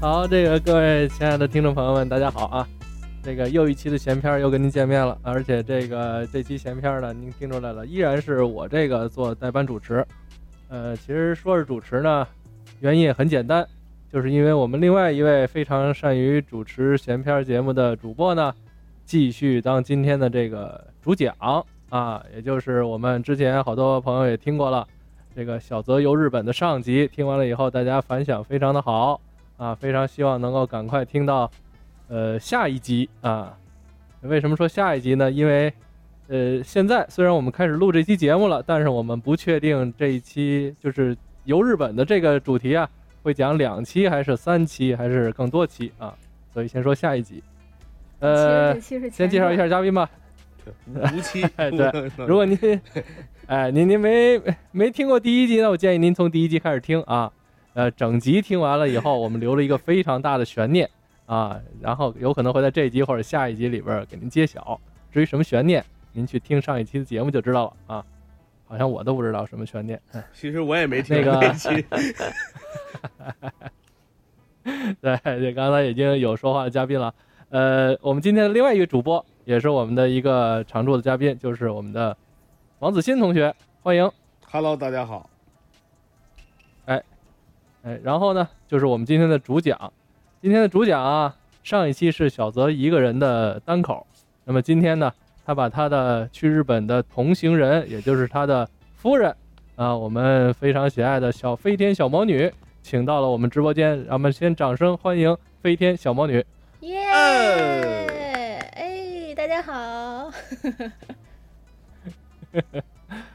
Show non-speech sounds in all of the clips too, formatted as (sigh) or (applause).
好，这个各位亲爱的听众朋友们，大家好啊！这个又一期的闲篇儿又跟您见面了，而且这个这期闲篇儿呢，您听出来了，依然是我这个做代班主持。呃，其实说是主持呢，原因也很简单，就是因为我们另外一位非常善于主持闲篇儿节目的主播呢，继续当今天的这个主讲啊，也就是我们之前好多朋友也听过了。这个小泽游日本的上集听完了以后，大家反响非常的好啊，非常希望能够赶快听到，呃，下一集啊。为什么说下一集呢？因为，呃，现在虽然我们开始录这期节目了，但是我们不确定这一期就是游日本的这个主题啊，会讲两期还是三期还是更多期啊，所以先说下一集。呃其，实这期是先介绍一下嘉宾吧。无期 (laughs) 哎对，如果您，哎，您您没没听过第一集呢，我建议您从第一集开始听啊。呃，整集听完了以后，我们留了一个非常大的悬念啊，然后有可能会在这一集或者下一集里边儿给您揭晓。至于什么悬念，您去听上一期的节目就知道了啊。好像我都不知道什么悬念。其实我也没听那个那期， (laughs) 对，这刚才已经有说话的嘉宾了。呃，我们今天的另外一个主播，也是我们的一个常驻的嘉宾，就是我们的王子欣同学，欢迎。 (laughs) Hello，大家好，哎，然后呢，就是我们今天的主讲。今天的主讲啊，上一期是小泽一个人的单口，那么今天呢，他把他的去日本的同行人，也就是他的夫人啊，我们非常喜爱的小飞天小魔女，请到了我们直播间，让我们先掌声欢迎飞天小魔女。耶！哎，大家好，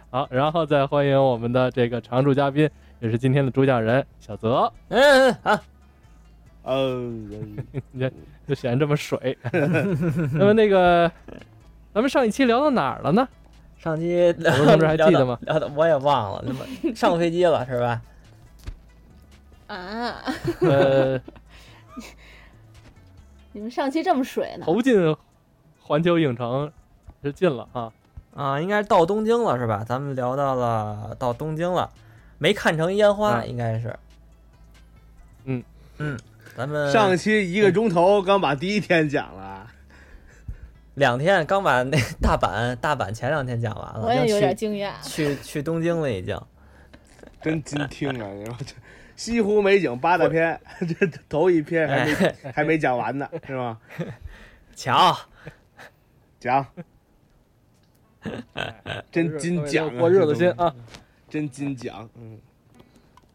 好，然后再欢迎我们的这个常驻嘉宾，也是今天的主讲人小泽，嗯，好，呃，嗯就显得这么水。 (laughs) 那么那个，咱们上一期聊到哪儿了呢？上期聊刘 (laughs) 同志还记得吗？聊的我也忘了，那 (laughs) 么上飞机了是吧？啊， (laughs) 呃。你们上期这么水呢？投进环球影城是进了啊，啊，应该是到东京了是吧？咱们聊到了到东京了，没看成烟花，嗯应该是。嗯嗯，咱们呃上期一个钟头刚把第一天讲了，两天刚把那大阪大阪前两天讲完了，我也要有点去惊讶。去去东京了已经。真金听 (laughs) 啊！你说这西湖美景八大篇， (laughs) 这头一篇还没哎， (laughs) 还没讲完呢，是吗？瞧，讲，真金讲啊，过日子心这东啊。西，真金讲，嗯，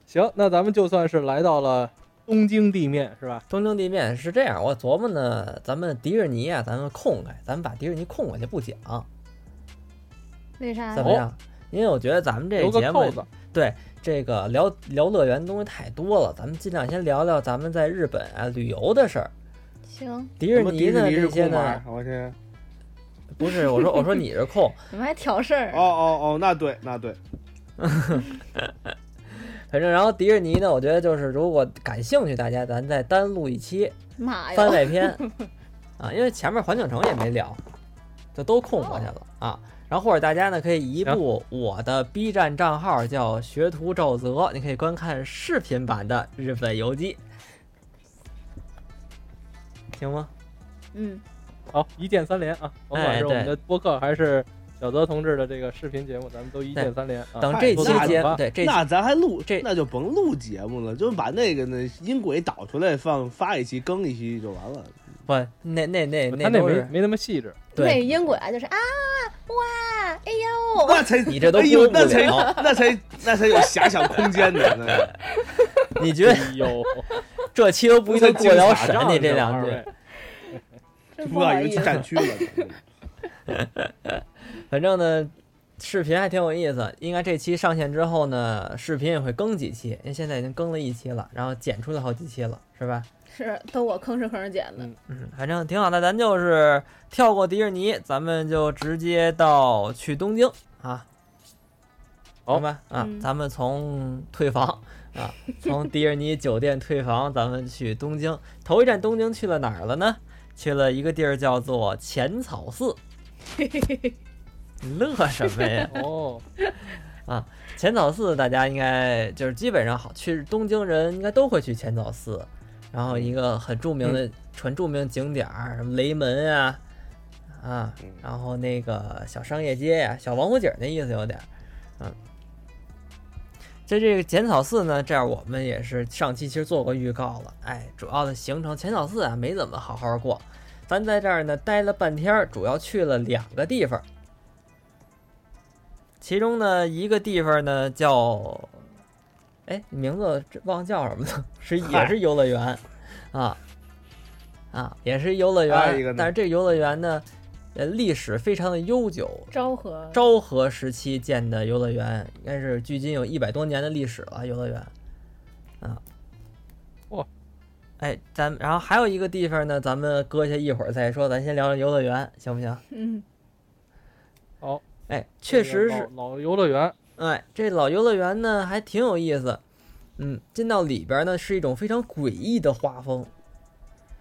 行，那咱们就算是来到了东京地面是吧？东京地面是这样，我琢磨呢，咱们迪士尼啊，咱们空开，咱们把迪士尼空过去不讲，啊为啥怎？么样？因为我觉得咱们这留个哎节目扣子。这个聊聊乐园的东西太多了，咱们尽量先聊聊咱们在日本啊旅游的事儿。行，迪他士妈尼迪士呢尼是这些空玩呢，，我天， (laughs) 不是我说我说你是 (laughs) 空，你们还挑事儿哦？哦哦，那对那对，反正然后迪士尼呢，我觉得就是如果感兴趣，大家咱再单录一期妈番呀！外篇啊，因为前面环球影城也没聊，就都空过去了啊。然后或者大家呢可以移步我的 B 站账号叫学徒赵泽，你可以观看视频版的日本游记，行吗？嗯，好，一键三连啊！甭管哎是对我们的播客还是小泽同志的这个视频节目，咱们都一键三连啊。等这多期大节转发对这期那咱还录这那就甭录节目了，就把那个那音轨导出来放发一期更一期就完了。不，那那那他那都没是没那么细 (laughs) 致，那对，音轨啊就是啊，哇，哎呦，那才你这都哎呦，播不那才了那才那才有遐想空 (laughs) 间呢。那个 (laughs) 你觉得哎呦，这期都不一定过了审，你这两二句。位真不不敢好尤意其思。战区了。 (laughs) 反正呢，视频还挺有意思。应该这期上线之后呢，视频也会更几期，因为现在已经更了一期了，然后剪出来好几期了，是吧？是都我吭哧吭哧捡的嗯。嗯，反正挺好的。咱就是跳过迪士尼，咱们就直接到去东京啊。好好吧，啊，嗯咱们从退房啊，从迪士尼酒店退房，咱们去东京。头一站东京去了哪儿了呢？去了一个地儿叫做浅草寺。你乐什么呀？哦，浅草寺大家应该就是基本上好去东京人应该都会去浅草寺，然后一个很著名的、很著名景点儿，什么雷门啊，啊，然后那个小商业街呀、小王府井儿那意思有点儿，嗯。这这个浅草寺呢，这儿我们也是上期其实做过预告了，哎，主要的行程浅草寺啊没怎么好好过，咱在这儿呢待了半天儿，主要去了两个地方儿，其中呢一个地方呢叫，哎，名字这忘叫什么了，是也是游乐园，啊啊，也是游乐还有一个呢，园但是这个游乐园呢，呃，历史非常的悠久，昭和，昭和时期建的游乐园，应该是距今有一百多年的历史了。游乐园，啊，哇，哎，咱然后还有一个地方呢，咱们搁下一会儿再说，咱先聊聊游乐园，行不行？嗯，好，哎， (laughs) 确实是，老老游乐园，哎，这老游乐园呢还挺有意思。嗯，进到里边呢是一种非常诡异的画风。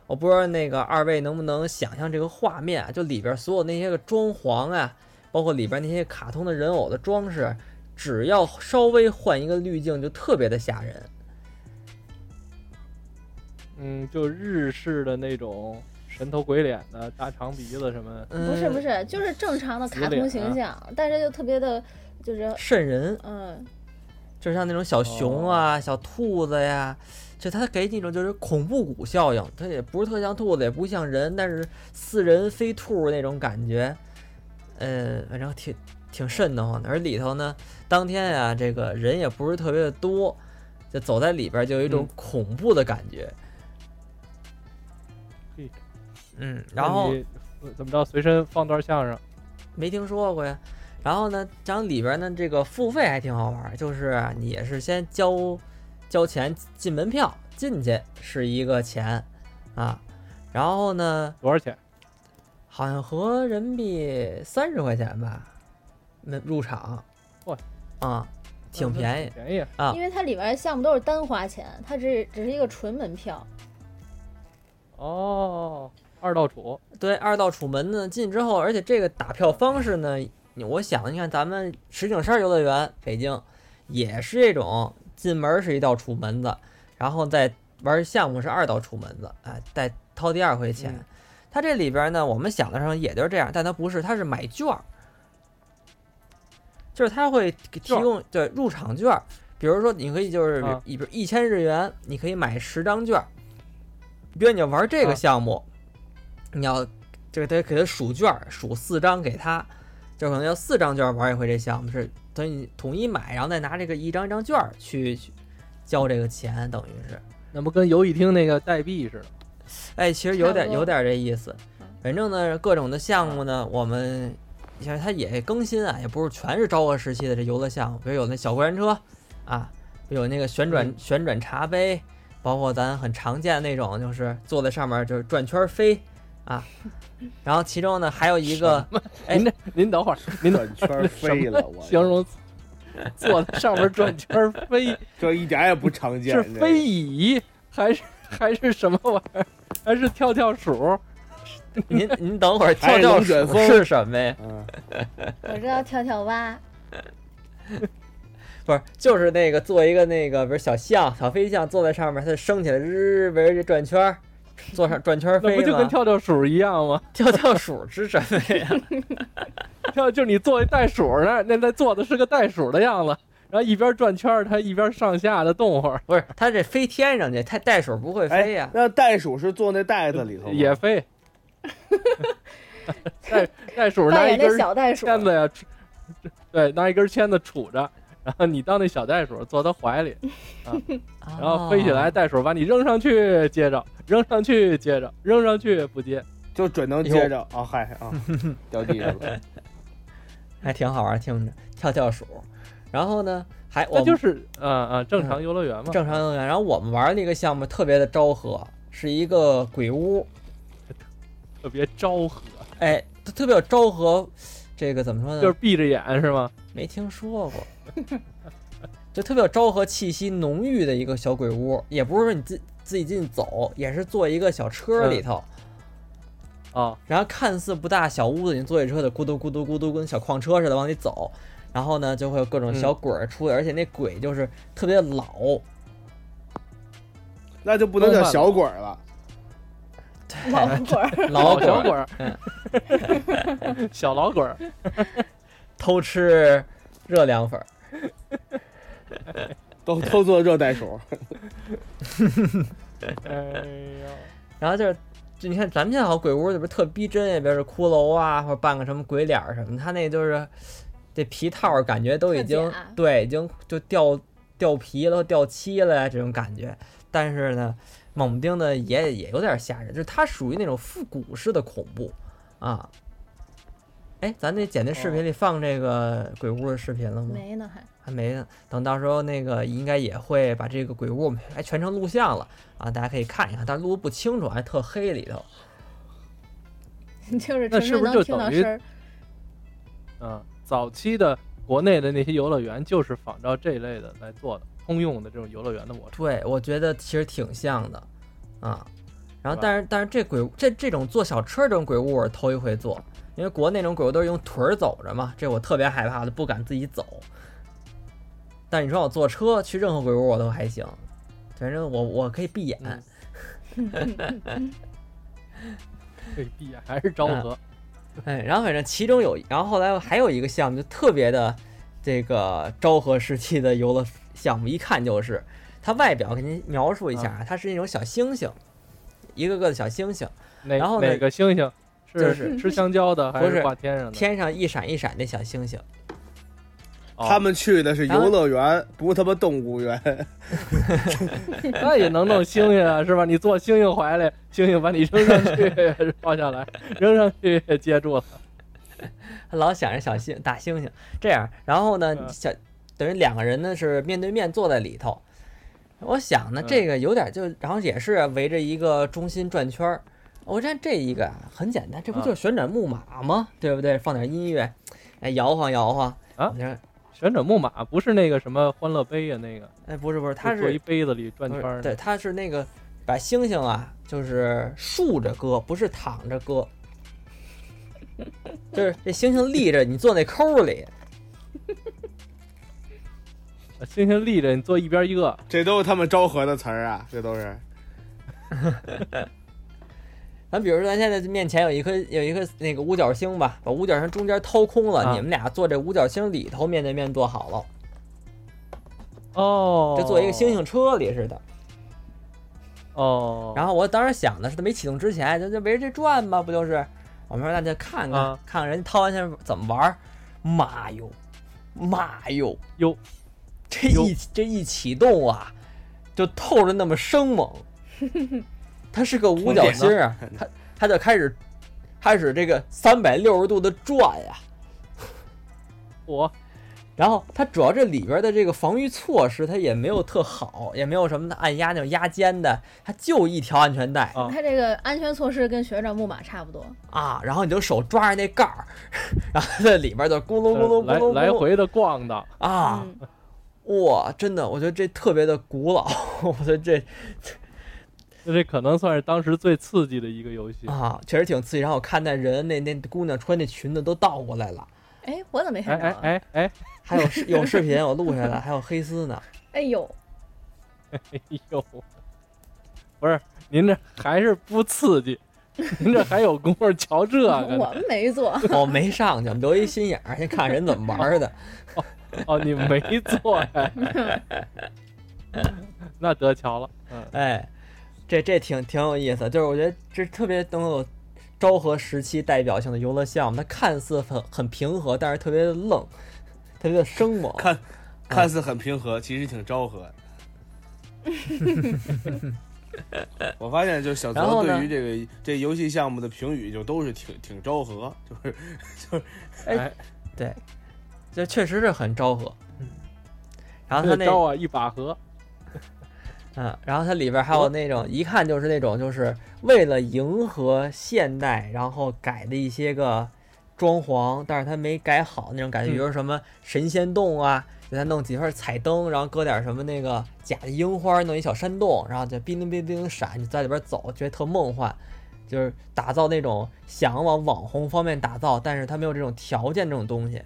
我不知道那个二位能不能想象这个画面啊？就里边所有那些个装潢啊，包括里边那些卡通的人偶的装饰，只要稍微换一个滤镜，就特别的吓人。嗯，就日式的那种神头鬼脸的大长鼻子什么，嗯、不是不，是，就是正常的啊卡通形紫象，但是就特别的，就是瘆人，嗯，就像那种哦小熊啊、小兔子呀，就它给你一种就是恐怖谷效应，它也不是特像兔子，也不像人，但是似人非兔那种感觉，呃，反正挺挺瘆得慌的。而里头呢，当天呀、这个人也不是特别的多，就走在里边儿就有一嗯种恐怖的感觉。嘿嗯，然后那你呃怎么着，随身放段相声，没听说过呀。然后呢，讲里边呢这个付费还挺好玩儿，就是啊你也是先交交钱进门票，进去是一个钱啊，然后呢多少钱？好像合人民币三十块钱吧，门入场，哇啊，挺便宜，挺便宜，啊因为它里面项目都是单花钱，它只只是一个纯门票，哦，二道主，对，二道楚门呢进之后，而且这个打票方式呢，你我想，你看咱们石景山游乐园北京也是这种，进门是一道楚门子，然后再玩项目是二道楚门子，哎，再掏第二回钱。嗯它这里边呢，我们想的上也就是这样，但它不是，它是买券儿，就是它会给提券儿供对入场券儿，比如说你可以就是啊一比如一千日元，你可以买十张券儿，比如你要玩这个啊项目，你要这个得给他数券儿，数四张给他，就可能要四张券儿玩一回这项目，是等于你统一买，然后再拿这个一张一张券儿去去交这个钱，等于是，那不跟游戏厅那个代币似的？哎，其实有差点不多有点这意思嗯。反正呢，各种的项目呢，我们你像它也更新啊，也不是全是昭和时期的这游乐项目，比如有那小过山车啊，有那个旋转、嗯旋转茶杯，包括咱很常见那种，就是坐在上面就是转圈儿飞啊。然后其中呢还有一个，哎您这您等 (laughs) 会儿，您等嗯转圈儿飞了，我形容词坐在上面转圈 (laughs) 儿飞，这一点也不常见。是这个飞椅还是还是什么玩意儿？还是跳跳鼠？您您等会儿还跳是跳龙卷鼠风是什么呀？嗯，我知道跳跳蛙，不是，就是那个做一个那个，比如小象、小飞象坐在上面，它就升起来，日围着转圈儿，坐上转圈儿那飞不就跟嘛跳跳鼠一样吗？ (laughs) 跳跳鼠是什么呀？跳就你坐一袋鼠那儿那那坐的是个袋鼠的样子，然后一边转圈儿，它一边上下的动会儿，不是，它这飞天上去，它袋鼠不会飞呀、哎那袋鼠是坐那袋子里头吗也 (laughs) 飞。袋袋鼠拿扮一演根那小袋鼠， (laughs) 签子呀，杵对，拿一根签子杵着，然后你当那小袋鼠坐它怀里，哎然后飞起来，哦。袋鼠把你扔上去，接着扔上去，接着扔上去，不接。就准能接着啊，嗨 (laughs) 啊，掉地上了。还哎挺好玩，听着跳跳鼠。然后呢，还我那们就是啊啊，正常游乐园嘛，正常游乐园。然后我们玩那个项目特别的昭和，是一个鬼屋，特别昭和，哎，它特别有昭和，这个怎么说呢？就是闭着眼是吗？没听说过，就特别有昭和气息浓郁的一个小鬼屋，也不是说你自自己进去走，也是坐一个小车嗯里头，啊，然后看似不大小屋子，你坐一车的咕嘟咕嘟咕嘟跟小矿车似的往里走，然后呢就会有各种小鬼儿出来，而且那鬼就是特别老，那就不能叫小鬼儿了，老鬼儿， (laughs) 老鬼小儿鬼儿，嗯 (laughs) 小老鬼儿，偷吃热凉粉儿， (laughs) 都都做热袋鼠。哎呦，然后就是。就你看咱们家好鬼屋里边特逼真，也比如是骷髅啊，或者扮个什么鬼脸儿什么，他那就是这皮套儿感觉都特已经假对已经就掉掉皮了、掉漆了这种感觉。但是呢，猛丁呢也也有点吓人，就是它属于那种复古式的恐怖啊。哎，咱那剪那视哦频里放这个鬼屋的视频了吗？没呢还。 (laughs) 还没呢，等到时候那个应该也会把这个鬼屋我们还全程录像了啊，大家可以看一看，但录不清楚，还特黑里头。就是那纯是粹不是能就听到等于声儿，嗯，早期的国内的那些游乐园就是仿照这类的来做的，通用的这种游乐园的模式。对，我觉得其实挺像的啊。然是吧，后但是但是这鬼屋这这种坐小车这种鬼屋我是头一回坐，因为国内那种鬼屋都是用腿儿走着嘛，这我特别害怕的，不敢自己走。但你说我坐车去任何鬼屋我都还行，反正我我可以闭眼。嗯 (laughs) 这闭眼还是昭和，哎，然后反正其中有，然后后来还有一个项目就特别的这个昭和时期的游乐项目，一看就是它外表给您描述一下，啊、它是那种小星星，一个个的小星星，哪然后呢哪个星星是、就是吃香蕉的还不是挂天上的？天上一闪一闪的小星星。哦他们去的是然后游乐园，不是他妈动物园。 (laughs) 那也能弄星星啊，是吧？你坐星星怀里，星星把你扔上去， (laughs) 放下来，扔上去接住了。他老想着小星大猩猩这样，然后呢，嗯小等于两个人呢是面对面坐在里头。我想呢，嗯这个有点就，然后也是围着一个中心转圈儿。我看这一个啊很简单，这不啊就是旋转木马吗？对不对？放点音乐，哎，摇晃摇晃。啊我说，旋转木马不是那个什么欢乐杯呀、那个哎，不是不是，它就坐一是杯子里转不圈儿是呢。对，它是那个把星星啊，就是竖着搁，不是躺着搁， (laughs) 就是这星星立着，你坐那抠儿里，星星立着，你坐一边一个，这都是他们昭和的词儿啊，这都嗯是。咱比如说，咱现在面前有一颗有一颗那个五角星吧，把五角星中间掏空了，啊你们俩坐这五角星里头面对面坐好了，哦，就坐一个星星车里似的。哦，然后我当时想的是，它没启动之前，就就围着这转吧，不就是？我们说那就看看、啊看看人家掏完钱怎么玩儿。妈哟，妈哟，哟，这哟一这一启动啊，就透着那么生猛。 (laughs) 它是个五角星啊，它它就开始开始这个三百六十度的转呀、我然后它主要这里边的这个防御措施，它也没有特好，也没有什么的按压那种压肩的，它就一条安全带啊他这个安全措施跟旋转木马差不多。啊，然后你就手抓着那盖儿， (laughs) 然后在里边就咕噜咕噜咕噜来咕噜来回的逛荡，啊，嗯，哇，真的，我觉得这特别的古老， (laughs) 我觉得这那这可能算是当时最刺激的一个游戏。啊确实挺刺激。然后我看那人那那姑娘穿那裙子都倒过来了，哎，我怎么没哎看着哎啊？哎哎，还有视有视频我录下来，还有黑丝呢。哎呦，哎呦，不是您这还是不刺激，您这还有功夫瞧这个 (laughs) 呢？我们没做，我哦没上去，我们留一心眼儿，先看人怎么玩儿的。哦，你没做呀？那得瞧了，嗯，哎，这这挺挺有意思，就是我觉得这特别能有昭和时期代表性的游乐项目，它看似很很平和，但是特别的愣，特别的生猛。看，看似很平和，其实挺昭和。 (laughs) 我发现，就小然泽后呢对于这个这游戏项目的评语，就都是挺挺昭和，就是哎，对，这确实是很昭和。嗯，然后它这那招啊一把合，嗯，然后它里边还有那种一看就是那种就是为了迎合现代，然后改的一些个装潢，但是它没改好那种感觉，嗯比如什么神仙洞啊，给它弄几份彩灯，然后搁点什么那个假的樱花，弄一小山洞，然后就叮铃叮叮闪，你在里边走，觉得特梦幻。就是打造那种想往网红方面打造，但是它没有这种条件这种东西。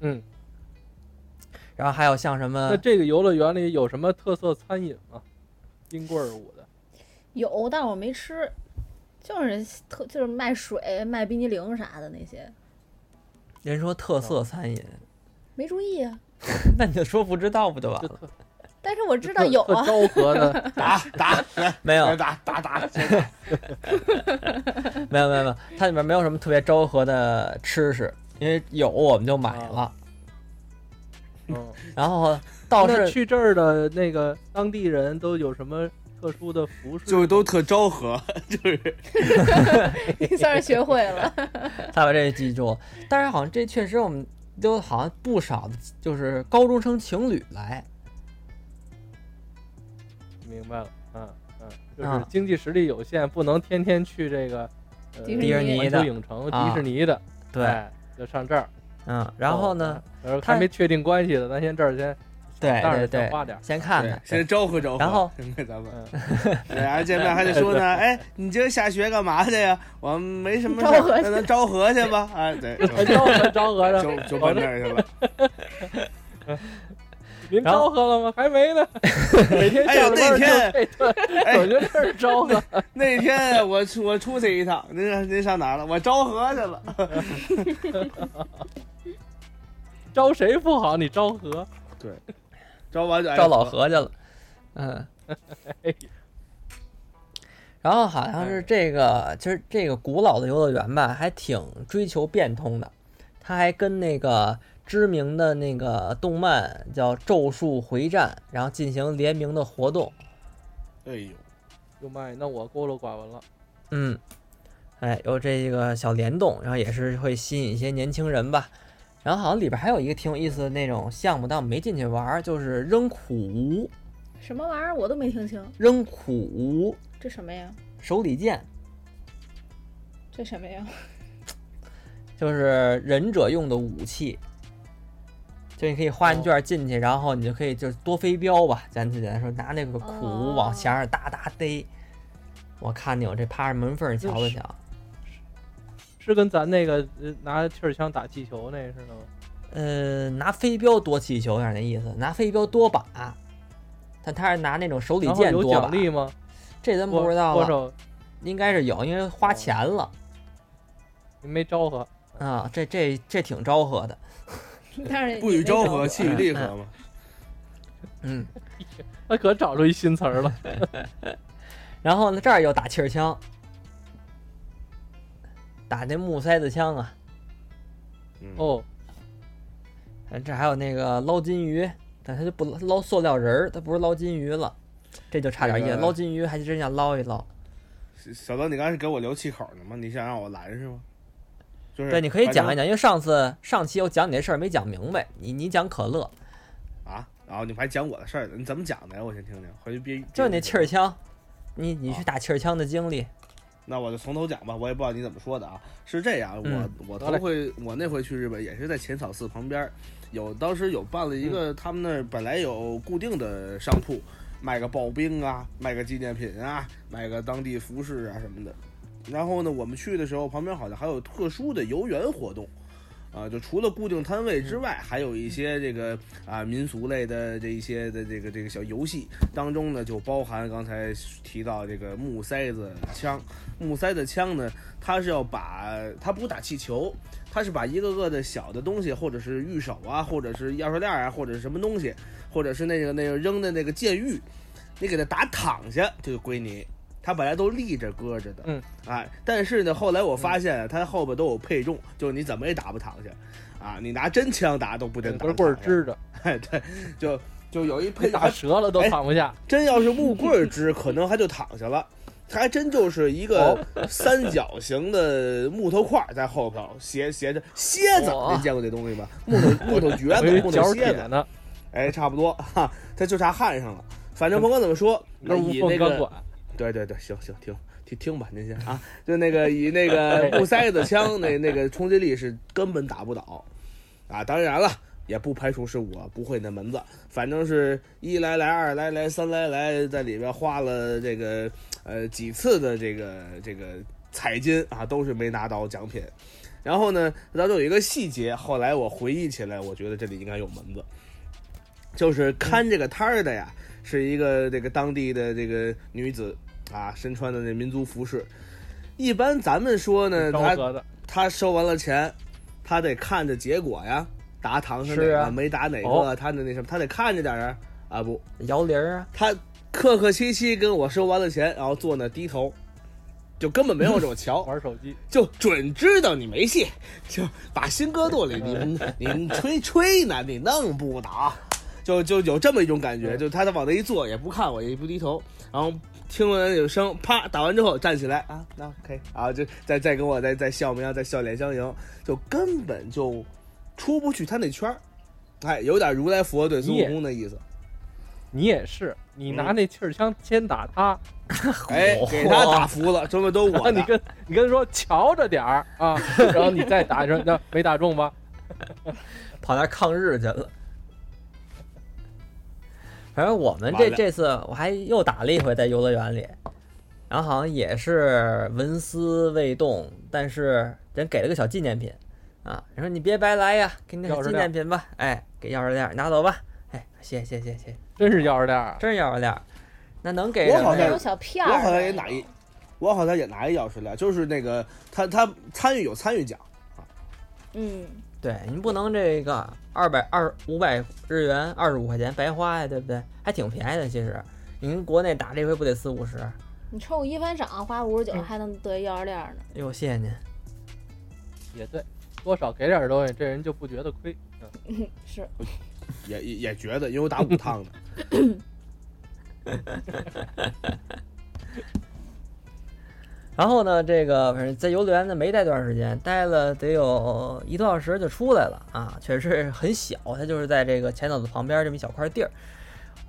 嗯，然后还有像什么那这个游乐园里有什么特色餐饮吗？冰棍儿舞的？有，但是我没吃，就是特就是卖水、卖冰激凌啥的那些，人说特色餐饮，没注意啊。 (laughs) 那你就说不知道不就完就 (laughs) 了？特但是我知道特有特 (laughs) 啊，昭和的，打打来没有来， (laughs) 打打打，先打没有没有没有，它里面没有什么特别昭和的吃食，因为有我们就买哦了。嗯， (laughs) 然后倒那是哦去这儿的那个当地人都有什么特殊的服饰？就都特昭和，你 (laughs) 算是学会了。他把这记住了，但是好像这确实我们都好像不少，就是高中生情侣来，明白了，嗯嗯，就是啊经济实力有限，不能天天去这个呃迪士尼环迪士尼球的，影城、啊迪士尼的，对，哎，就上这儿。嗯，然后呢，哦，呃他还没确定关系的，咱先这儿先对当然对对少花点儿，先看对看，先昭和昭和。啊然后现在咱们嗯， (laughs) 俩人见面还得说呢，哎，你今儿下学干嘛去呀？我们没什么事昭和儿，去那咱昭和去吧。哎， (laughs) 对，还昭和昭和就了，就奔那儿去了。您然后昭和了吗？还没 (laughs) 呢，每天哎呦下了班那儿就天这段，哎我，觉得这是昭和。那天我出我出去一趟，您上您上哪儿了？我昭和去了。招谁不好，你昭和。 (laughs) 昭完就哎招老何去了，嗯，然后好像是这个，其实这个古老的游乐园吧，还挺追求变通的，它还跟那个知名的那个动漫叫《咒术回战》，然后进行联名的活动，哎呦，哟妈呀，那我孤陋寡闻了。嗯，哎，有这个小联动，然后也是会吸引一些年轻人吧。然后好像里边还有一个挺有意思的那种项目，但我没进去玩儿，就是扔苦无，什么玩意儿我都没听清，扔苦无这什么呀？手里剑，这什么呀？ (laughs) 就是忍者用的武器。就你可以画哦一卷进去，然后你就可以就是多飞镖吧，咱就简单说，拿那个苦无往哦墙上哒哒逮。我看见我这趴着门缝儿瞧了是瞧，是跟咱那个呃拿气儿枪打气球那似的吗？呃，拿飞镖多气球有点那意思，拿飞镖多把，但他是拿那种手里然后剑有多把奖，励吗？这嗯咱多不知道啊多了，少？应该是有，因为花钱了没昭和，啊，这这这挺昭和的，但是不也与没昭招和，我气与力合嘛。嗯，那可找出一新词儿 (laughs) 了。然后呢，这儿有打气儿枪，打那木塞子枪啊，嗯，哦，呃这还有那个捞金鱼，但他就不捞塑料人儿，他不是捞金鱼了，这就差点意思，那个捞金鱼还真想捞一捞，小刀，你刚才给我留气口呢吗？你想让我拦是吗？就是对，你可以反讲一正讲，因为上次上期我讲你这事儿没讲明白，你你讲可乐。啊，然后你们还讲我的事儿呢，你怎么讲的呀？我先听听，回去憋。就那气儿憋枪，你你去打气儿枪的经历，那我就从头讲吧，我也不知道你怎么说的啊。是这样，我嗯我得头嘞回我那回去日本也是在浅草寺旁边儿，有当时有办了一个他们那儿本来有固定的商铺，卖个刨冰啊，卖个纪念品啊，卖个当地服饰啊什么的。然后呢，我们去的时候旁边好像还有特殊的游园活动。啊，就除了固定摊位之外，还有一些这个啊民俗类的这一些的这个这个小游戏当中呢，就包含刚才提到这个木塞子枪。木塞子枪呢，它是要把它不打气球，它是把一个个的小的东西，或者是玉手啊，或者是钥匙链啊，或者是什么东西，或者是那个那个扔的那个箭玉，你给它打躺下，这就归你。它本来都立着搁着的，嗯，啊，但是呢，后来我发现啊它后边都有配重，就是你怎么也打不躺下，啊，你拿真枪打都不有得打根不棍儿躺下，支着，(laughs) 对，就就有一配被打折了都哎躺不下。真要是木棍儿支，可能还就躺下了。它还真就是一个三角形的木头块儿在后头斜斜着蝎子，哇您见过这东 (laughs) 西吗？木头木头橛我以子，为木脚头铁蝎子，呢，哎，差不多哈，它就差焊上了。反正甭管怎么说，那那无以缝那钢个管。对对对，行行，听听听吧，您先啊，就那个以那 (laughs) 个木塞子枪那那个冲击力是根本打不倒，啊，当然了，也不排除是我不会那门子，反正是一来来二来来三来来，在里边花了这个呃几次的这个这个彩金啊，都是没拿到奖品。然后呢，当中有一个细节，后来我回忆起来，我觉得这里应该有门子，就是看这个摊儿的呀，是一个这个当地的这个女子啊，身穿的那民族服饰。一般咱们说呢，昭她和的，她收完了钱，她得看着结果呀，打糖是哪是个，啊没打哪个，哦她的那什么，她得看着点儿啊啊不，摇铃儿啊，她客客气气跟我收完了钱，然后坐那低头，就根本没有这种 (laughs) 瞧，玩手机，就准知道你没戏，就把心搁肚里，你 (laughs) 你吹吹呢，你弄不倒，就就有这么一种感嗯觉，就他他往那一坐，也不看我，也不低头，然后听闻有声，啪打完之后站起来啊，那 OK 啊，就再再跟我再再笑明啊，再笑脸相迎，就根本就出不去他那圈儿，哎，有点如来佛对孙悟空的意 (laughs) 思，你也是，你拿嗯那气儿枪先打他，哎，给他打服了，这么都然后我哦 (laughs) 你的，跟你跟他说瞧着点儿 (laughs) 啊，然后你再打，说那没打中吧？跑那儿抗日去了。反正我们完这了这次我还又打了一回在游乐园里，然后好像也是纹丝未动，但是人给了个小纪念品啊，人说你别白来呀，给你点钥匙小纪链念品吧，哎，给钥匙链儿拿走吧，哎，谢谢谢谢谢，真是钥匙链儿，真是钥匙链儿，那能我给人好吗那像种小片儿我的，好像也拿一，我好像也拿一钥匙链，就是那个他他参与有参与奖。嗯，对你不能这个二百二五百日元二十五块钱白花呀，对不对？还挺便宜的，其实你跟国内打这回不得四五十？哎你抽个一番赏花五十九嗯还能得一钥匙链儿呢，哎呦，谢谢您。也对，多少给点儿东西，这人就不觉得亏。嗯是也也也觉得，因 (laughs) 为我打五趟的。然后呢，这个反正在游乐园呢没待多长时间，待了得有一个多小时就出来了啊，确实很小，它就是在这个前脑子旁边这么一小块地儿。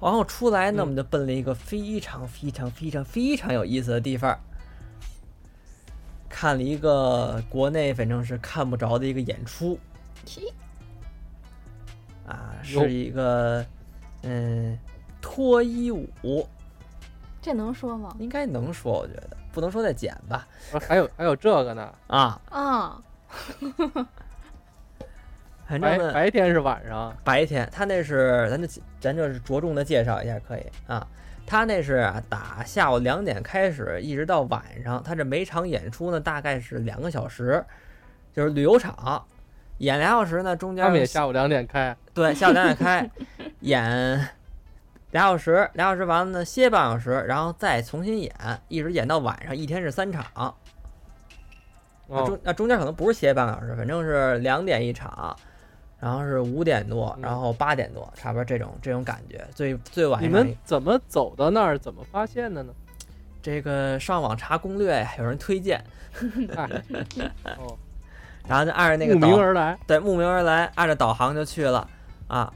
然后出来呢，我们就奔了一个非常非常非常非常有意思的地方，看了一个国内反正是看不着的一个演出嘿啊，哟是一个嗯脱衣舞，这能说吗？应该能说，我觉得不能说再剪吧说还有还有这个呢，啊，啊，反正白呢。白天是晚上，白天，他那是咱就咱就是着重的介绍一下可以啊。他那是啊打下午两点开始，一直到晚上，他这每场演出呢大概是两个小时，就是旅游场演俩小时呢，中间他们也下午两点开，对下午两点开演俩小时，俩小时完了呢歇半小时，然后再重新演，一直演到晚上，一天是三场。那哦中那中间可能不是歇半个小时，反正是两点一场，然后是五点多，嗯然后八点多，差不多这种这种感觉。最最晚你一们场怎么走到那儿，怎么发现的呢？ (laughs) 这个上网查攻略呀，有人推荐，哎， (laughs) 哦，然后就按着那个慕名导而来，对慕名而来，按着导航就去了啊。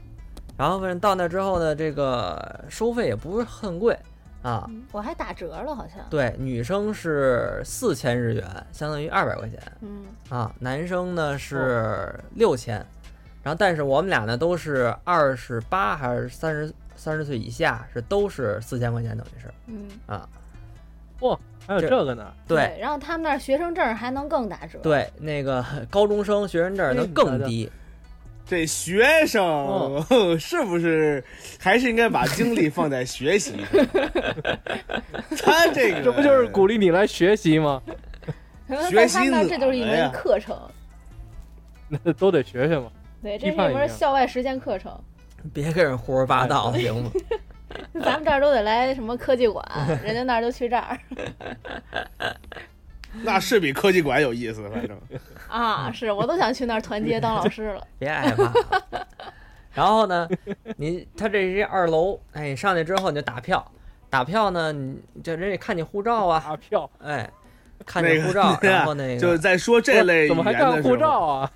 然后反正到那之后呢，这个收费也不是很贵啊。嗯我还打折了好像，对，女生是四千日元，相当于二百块钱。嗯，啊，男生呢是六千，然后但是我们俩呢都是二十八还是三十三十岁以下，是都是四千块钱，等于是嗯，啊，还有这这个呢，对，然后他们那儿学生证还能更打折，，对，那个 (laughs) 高中生学生证哎能你瞧更瞧低，这学生、 (laughs) 哦是不是还是应该把精力放在学习上？ (laughs) 他这 (laughs) 个这不就是鼓励你来学习吗？ (laughs) 在他们那儿学习这就是一懒呀门课程，那都得学学嘛。对，这一是半一一门样校外实践课程，别跟人胡说八道行吗？咱们这儿都得来什么科技馆，人家那儿都去这儿那是比科技馆有意思，反正啊，是我都想去那儿团结当老师 (laughs) 了，别挨骂。然后呢，你他这是一二楼，哎，你上去之后你就打票，打票呢，你这人家看你护照 (laughs) 啊，打票，哎，看那你个护照，对啊然后那个就是在说这类语怎么言还的时候看护照啊？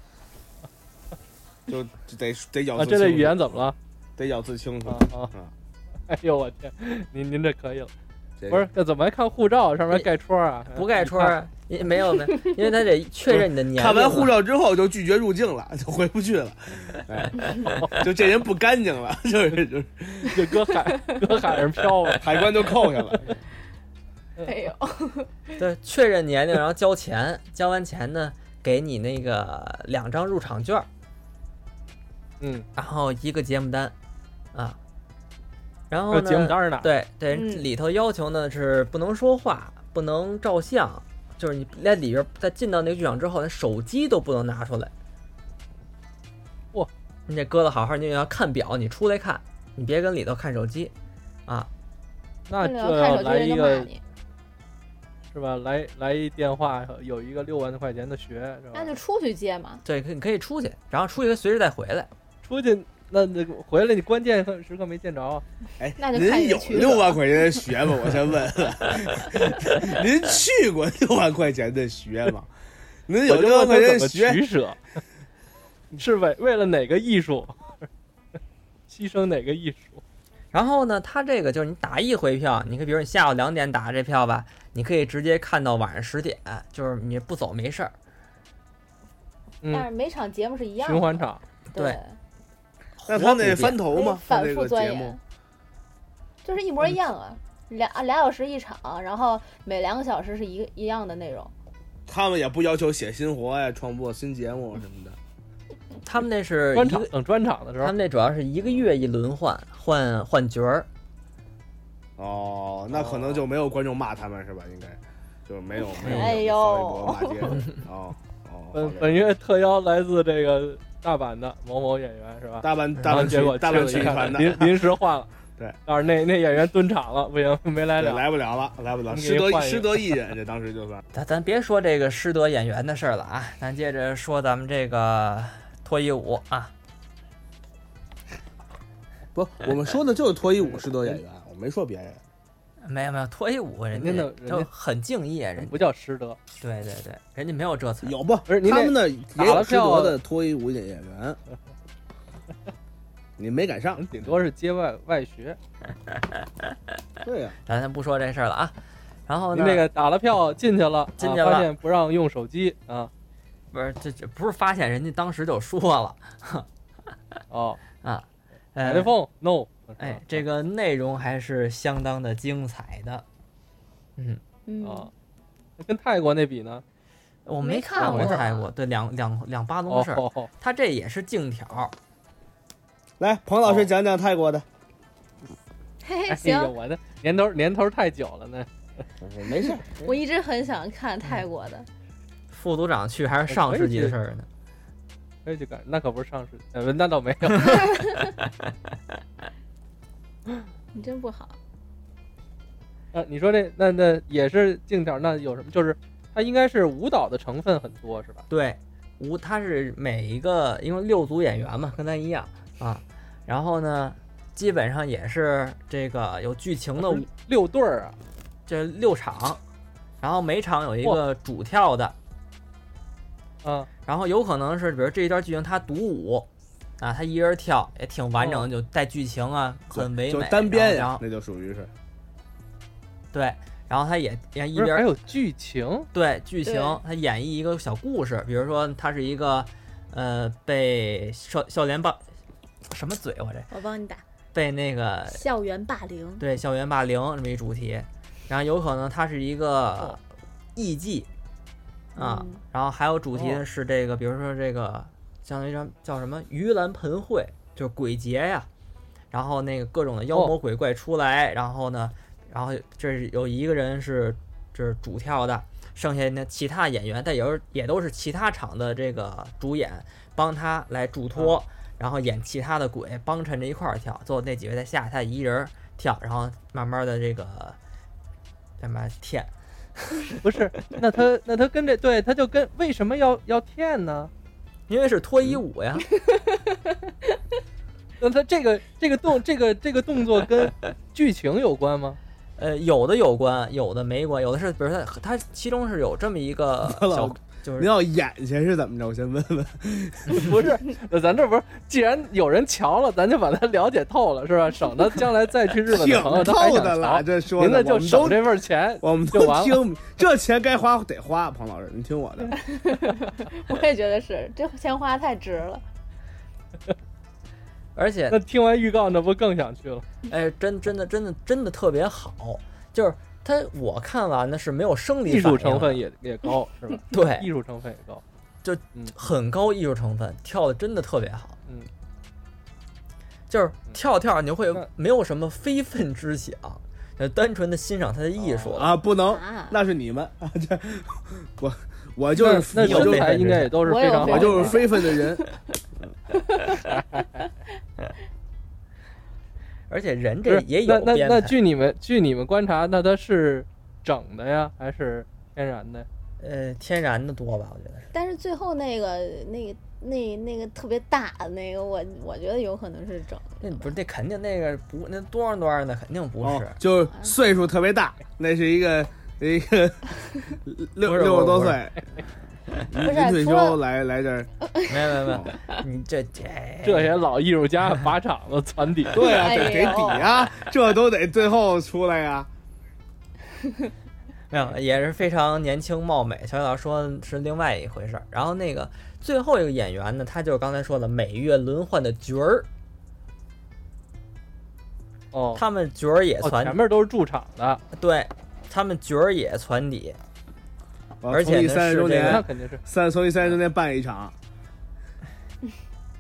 就得得咬啊，字清这楚类语言怎么了？得咬字清楚啊。啊嗯！ (laughs) 哎呦我天，您您这可以了，这不是这怎么还看护照上面哎盖戳啊？ (laughs) 不盖戳儿，也没有没有，因为他得确认你的年龄嘛。看完护照之后就拒绝入境了， (laughs) 就回不 (laughs) 去了，哎，就这人不干净了， (laughs) 就是就是你看就搁海 (laughs) 搁海上飘吧。海关就扣下 (laughs) 了。哎呦，对，确认年龄，然后交钱，交完钱呢，给你那个两张入场券儿，嗯，然后一个节目单，啊，然后还有呢，节目单儿呢，对对，嗯里头要求呢是不能说话，不能照相，就是你在里边儿在进到那个剧场之后，那手机都不能拿出来。哇，你这搁了好好，你要看表，你出来看，你别跟里头看手机啊！ (laughs) 那你这要看要手机来人一就骂个你，是吧？来来一电话，有一个六万多块钱的学，是吧那？就出去接嘛。对，可以你可以出去，然后出去随时再回来。出去那那回来你关键时刻没见着，啊哎，那就看您你的有渠道六万块钱的学吗？我 (laughs) 先问问， (laughs) 您去过六万块钱的学 (laughs) 吗？您有我就六万问他怎块钱的么学？取舍， (laughs) 是为为了哪个艺术 (laughs) 牺牲哪个艺术？然后呢，它这个就是你打一回票，你可以比如你下午两点打这票吧，你可以直接看到晚上十点，就是你不走没事儿。但嗯，是每场节目是一样的，循环场，对对，那他活得普遍翻头可以吗？他反那复个钻节研目，，就是一模一样啊，俩俩小时一场，然后每两个小时是一个一样的内容。他们也不要求写新活呀、创作新节目什么的。他们那是专一个场等专场的时他候们，那主要是一个月一轮换，换换角儿。哦，那可能就没有观众骂他们是吧？应该就是没有没有哎呦扫一波骂街的。哦哦，好本嘞本月特邀来自这个大阪的某某演员，是吧？大阪然大后阪结果曲大阪去曲了艺一团看的，临临时换 (laughs) 了，对，但是那那演员蹲场了，不行，没来对了。来不了了，来不了，你失德换一个失德艺人，这当时就算。咱咱别说这个师德演员的事儿了啊，咱接着说咱们这个脱衣舞啊。不，我们说的就是脱衣舞师德演员，我没说别人。没有没有，脱衣舞人人家家那人都家很敬业，人不叫失德，对对对，人家没有这词儿。有不？不是您他那们那打也了有师票德的脱衣舞演员，你没赶上人。顶多是接外外学。对呀、咱先不说这事儿了啊。然后您呢，哦那个打了票进去了，进啊去了发现不让用手机啊，不是这这不是发现人家当时就说了哦啊，呃， ，iPhone no，哎，这个内容还是相当的精彩的。嗯，啊嗯，，那跟泰国那比呢？我没看看过过啊泰国，对两两两巴龙哦的事儿，哦哦，他这也是竞挑。来，彭老哦师讲讲泰国的。嘿哎嘿，呦，行，我的年头年头太久了呢，没事，我一直很想看嗯泰国的，副组长去还是上世纪的事儿呢。可以去赶，那可不是上市，呃，那倒没有。你真不好。啊，你说这那那也是竞挑，那有什么？就是它应该是舞蹈的成分很多，是吧？对，舞他是每一个因为六组演员嘛，跟咱一样啊。然后呢，基本上也是这个有剧情呃的舞，六对儿啊，这六场，然后每场有一个主跳的，啊，然后有可能是比如这一段剧情他独舞。啊，他一人跳也挺完整的，就带剧情啊，很唯美。嗯就单边然呀后，那就属于是。对，然后他也也一不是哎边还有剧情对剧情对，他演绎一个小故事，比如说他是一个，呃，被校校园霸，什么嘴我这我帮你打被那个校园霸凌，对校园霸凌这么一主题，然后有可能他是一个哦艺伎啊，嗯然后还有主题哦是这个，比如说这个相当于叫叫什么盂兰盆会，就是鬼节呀、然后那个各种的妖魔鬼怪出来，然后呢，然后这是有一个人是这是主跳的，剩下那其他演员，但有时候也都是其他场的这个主演帮他来助托，然后演其他的鬼帮衬着一块儿跳，最后那几位再下他一人儿跳，然后慢慢的这个什么舔，不是？那他那他跟这对，他就跟为什么要要骗呢？因为是脱衣舞呀，那他这个这个动这个这个动作跟剧情有关吗？呃，有的有关，有的没关，有的是比如他他其中是有这么 (laughs) 一个小老就您是。要眼前是怎么着？我先问问。 (laughs) 不是，那咱这不是，既然有人瞧了，咱就把他了解透了，是吧？省得将来再去 (laughs) 日本挺的朋友他还哎透想的了，瞧，这说您的那就我们省都这份钱。我们就都完了听，这钱该花得花，彭老师，您听我的。 (laughs) 我也觉得是，这钱花太值了。而且那听完预告，那不更想去了？哎，真真的真的真的特别好，就是它我看完的是没有生理艺术反应成分的也也高，是吧？艺对，术成分也高。很高艺术成分，跳的真的特别好，嗯，就是跳跳你会那没有什么非分之想，就单纯的欣赏他的艺哦术。啊，不能，啊，那是你们啊， (laughs) 这我我就是那我身就非材应该也都是非常好的，我就是非分的人，而且人不这是也有那那编那排。据你们据你们观察，那它是整的呀，还是天然的呀？呃，天然的多吧，我觉得是。但是最后那个那个那那个特别大的那个，我我觉得有可能是整那不是，那肯定那个不，那多少多少的肯定 (laughs) 不是哦。就是岁数特别大，那是一个一个 (laughs) 六不六是十多不是岁，不临退是除休了来来这儿，没有没 (laughs) 有没有，你这哎这这些老艺术家拔场子攒底，对啊，哎得给呦底啊，这都得最后出来呀、没有，也是非常年轻貌美。小小说是另外一回事儿。然后那个最后一个演员呢，他就是刚才说的每月轮换的角儿，哦，他们角儿也哦，传、前面都是驻场的，对，他们角儿也传底，啊而且从呢艺三十周是这那年个，肯定是三从艺三十周年办一场，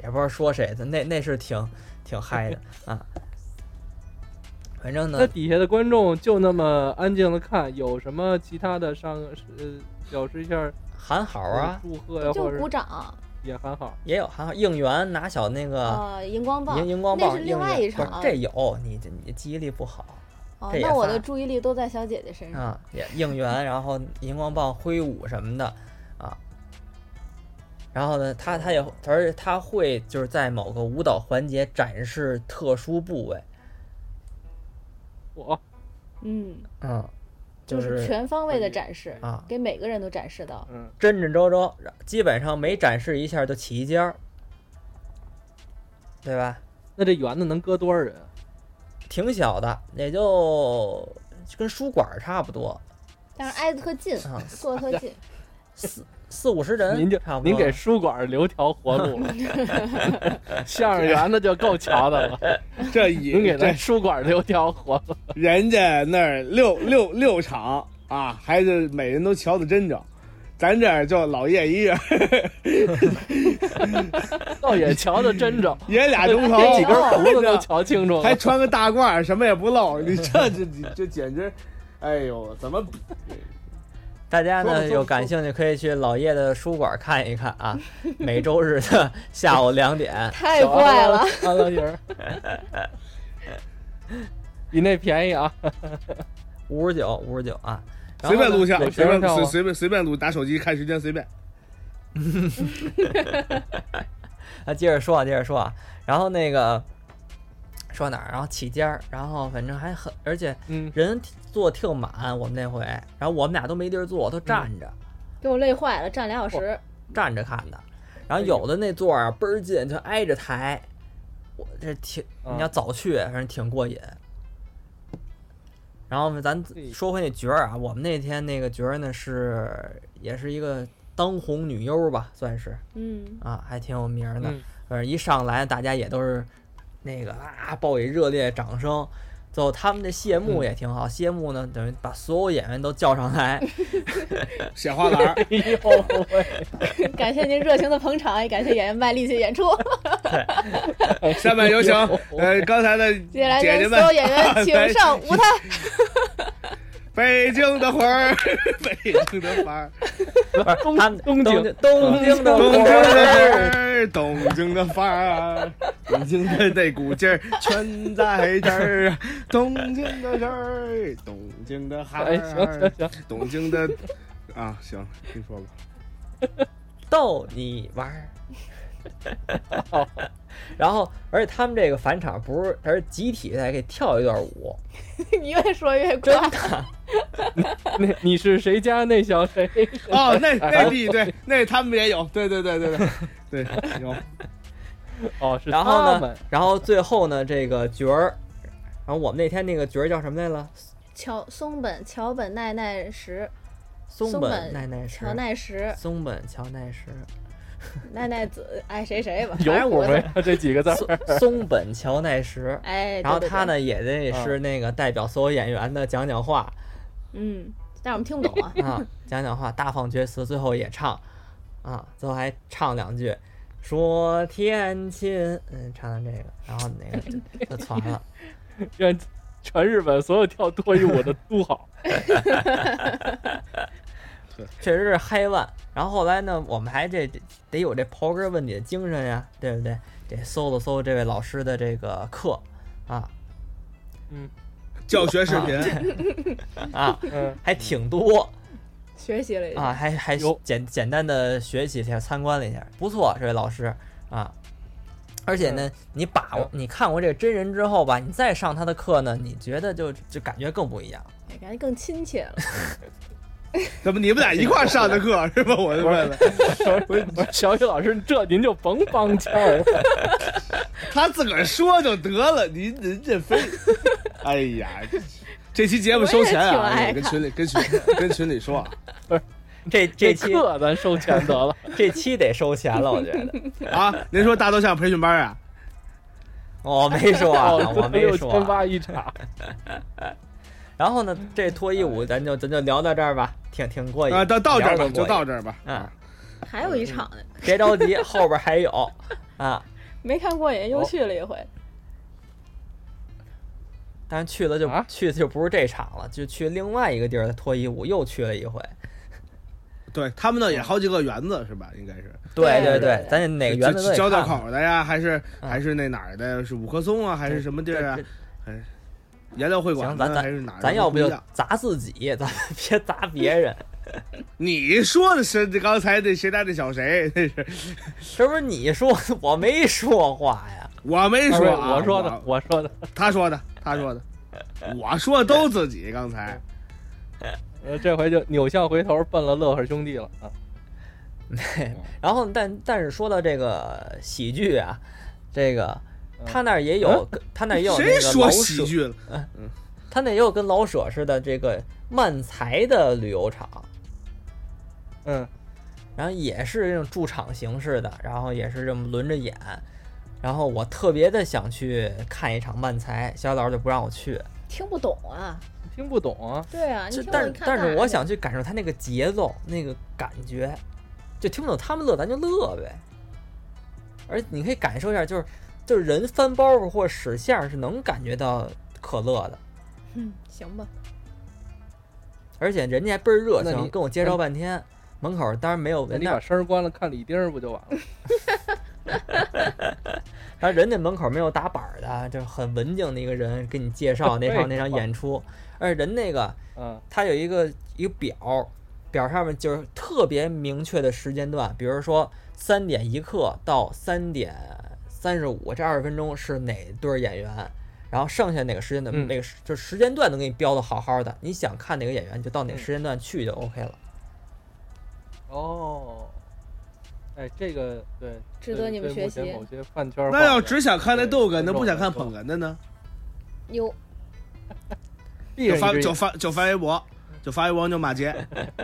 也不知道说谁的，那那是挺挺 (laughs) 嗨的啊。反正那呢，底下的观众就那么安静的看，有什么其他的上呃表示一下喊好啊，祝贺呀，就或者鼓是啊掌也还好。也有喊好应援拿小那个啊，荧光棒荧荧光那棒是应另外援，一不是场这有你这你记忆力不好哦这，也那我的算注意力都在小姐姐身上。啊，也应援，然后荧光棒挥舞什么的啊。然后呢，他他也而且他会就是在某个舞蹈环节展示特殊部位，我嗯，嗯，就是全方位的展示，啊，给每个人都展示到。嗯，真真周周，基本上每展示一下就起一尖儿，对吧？那这园子能搁多少人？啊挺小的，也就跟书馆儿差不多，但是挨得特近，啊坐得特 (laughs) 近。四四五十人，您就差不多。您给书馆留条活路 (laughs) 了，相声园子就够瞧的 (laughs) 了。这也您给这咱书馆留条活路，人家那儿六六六场啊，还是每人都瞧得真着。咱这儿就老叶一人，倒也瞧得真 (laughs) 着，哦爷俩钟头，这几根胡子都瞧清楚了。还穿个大褂儿，什么也不露，你这这这这简直，哎呦，怎么比大家说吧呢说吧有感兴趣可以去老叶的书馆看一看啊， (laughs) 每周日的下午两点。太怪了，小阿拉爷儿， (laughs) 比那便宜啊！五十九，五十九啊。然随后呢便录像哪，随便边上随啊随便随便录，拿手机看时间随便。啊，接着说啊，接着说啊。然后那个说哪儿？然后起尖儿，然后反正还很，而且 (laughs) 嗯，人坐挺满，我们那回，然后我们俩都没地儿坐，都站着、给我累坏了，站俩小时。站着看的。然后哎呦有的那座儿啊倍儿近，就挨着台。我这挺，啊你要早去，反正挺过瘾。然后咱对说回那角儿啊，我们那天那个角儿呢是也是一个当红女优吧，算是嗯，啊，还挺有名儿的嗯。反正一上来大家也都是那个啊，报以热烈掌声。最后他们的谢嗯幕也挺好，谢幕呢等于把所有演员都叫 (laughs) 上来，小花篮儿，哎呦喂，感谢您热情的捧场，也感谢演员卖力气演 (laughs) 出。哎下面有请呃刚才的接下来姐姐咱们所，有演啊员请上舞台。 (laughs) 北京的魂儿，北京的魂儿， (laughs) 不是东他们东东京东 (laughs) 京的东京活的儿魂儿，东京的范儿，东京的那股劲儿全在这儿啊，东京的事儿，东京的孩哎，行行儿，行，东京的啊，行，你说吧。逗你玩儿。 (laughs) 然后，而且他们这个返场不是，他是集体在给跳一段舞，你越说越真 (laughs) 快，的。那你是谁家那小谁？ (laughs) 哦，那那地对，那他们也有，对对对对对对，有。哦，是然后他呢们，然后最后呢，这个角儿，然后我们那天那个角儿叫什么来了？桥松本桥本奈奈实，松松本本奈奈实乔，奈实，松本乔奈实，奈奈子，爱谁谁吧。有反正谱我没？有？ (laughs) 这几个字儿，松松本乔奈实。哎，然后对对对他呢，也得是那个代表所有演员的讲讲话嗯，但是我们听不懂啊。 (laughs) 啊，讲讲话，大放厥词，最后也唱啊，最后还唱两句，说天亲，嗯，唱的这个，然后那个就就传了。让全日本所有跳脱衣舞的都 (laughs) 好。确实是嗨万。然后后来呢，我们还这得得有这刨根问底的精神呀，对不对？得搜了搜这位老师的这个课啊嗯教学视频，啊，嗯，还挺多学习了一下，啊，还还有简简单的学习一下，参观了一下，不错，这位老师啊。而且嗯呢，你把握你看过这个真人之后吧，你再上他的课呢，你觉得就就感觉更不一样。感觉更亲切了。怎么你们俩一块儿上的课是吧？我就问问，我说小雨老师，这您就甭帮腔了。他自个儿说就得了，您您这非， (laughs) 哎呀，这期节目收钱我也挺啊，爱跟群里跟群跟群里 (laughs) 说啊，这这期课咱收钱 (laughs) 得了，这期得收钱了，我觉 (laughs) 得。啊，您说大头像培训班啊，我没说哦啊，哦我没六说千啊。八一场。然后呢，这脱衣舞咱就咱就聊到这儿吧，挺挺过瘾啊，到到这儿聊吧，得过就到这儿吧，嗯，还有一场呢，别着急，后边还有啊。没看过瘾，又哦去了一回。但是去了就、啊去的就不是这场了，就去另外一个地儿的脱衣舞又去了一回。对他们那也好几个园子是吧？应该是对对对对，咱哪就个园子都啊得交道看看口的呀，还是嗯还是那哪儿的？是五棵松啊，还是什么地儿啊对？颜料会馆行咱呢咱还是哪儿的？咱要不一就样砸自己，咱 (laughs) 别砸别人。你说的是刚才那谁家那小谁？那是这不是你说的，我没说话呀。我没说啊，我说的，我说的。他说的，他 (laughs) 说的，我说的都自己刚才。呃，这回就扭向回头奔了乐呵兄弟了啊。然后，但但是说到这个喜剧啊，这个嗯他那儿也有，他那儿也有谁那个老说舍喜，剧了？他那也有跟老舍似的这个漫才的旅游场。嗯，然后也是这种驻场形式的，然后也是这么轮着演。然后我特别的想去看一场漫才，小老师就不让我去。听不懂啊，听不懂啊。对啊，你这听但我是看但是我干啥想去感受他那个节奏、那个感觉，就听不懂他们乐，咱就乐呗。而你可以感受一下，就是就是人翻包袱或使相是能感觉到可乐的，去，嗯，行吧，而且人家还倍儿热那你情，跟我介绍半天。门口当然没有那人你那把声儿关了，看李丁儿不就完了？然后人家门口没有打板儿的，就是很文静的一个人给你 (laughs) 介绍那场那场演出，而且人那个嗯，他有一个一个表，表上面就是特别明确的时间段，比如说三点一刻到三点三十五这二十分钟是哪对儿演员，然后剩下哪个时间段、嗯那个时就时间段都给你标的好好的，你想看哪个演员你就到哪嗯个时间段去就 OK 了。哦，哎，这个对，值得你们对学对习目前某些饭圈儿那要话只想看那逗哏的，对不想看捧哏的呢？哟，闭就上发一只就眼，发就发微博，就发微博就骂街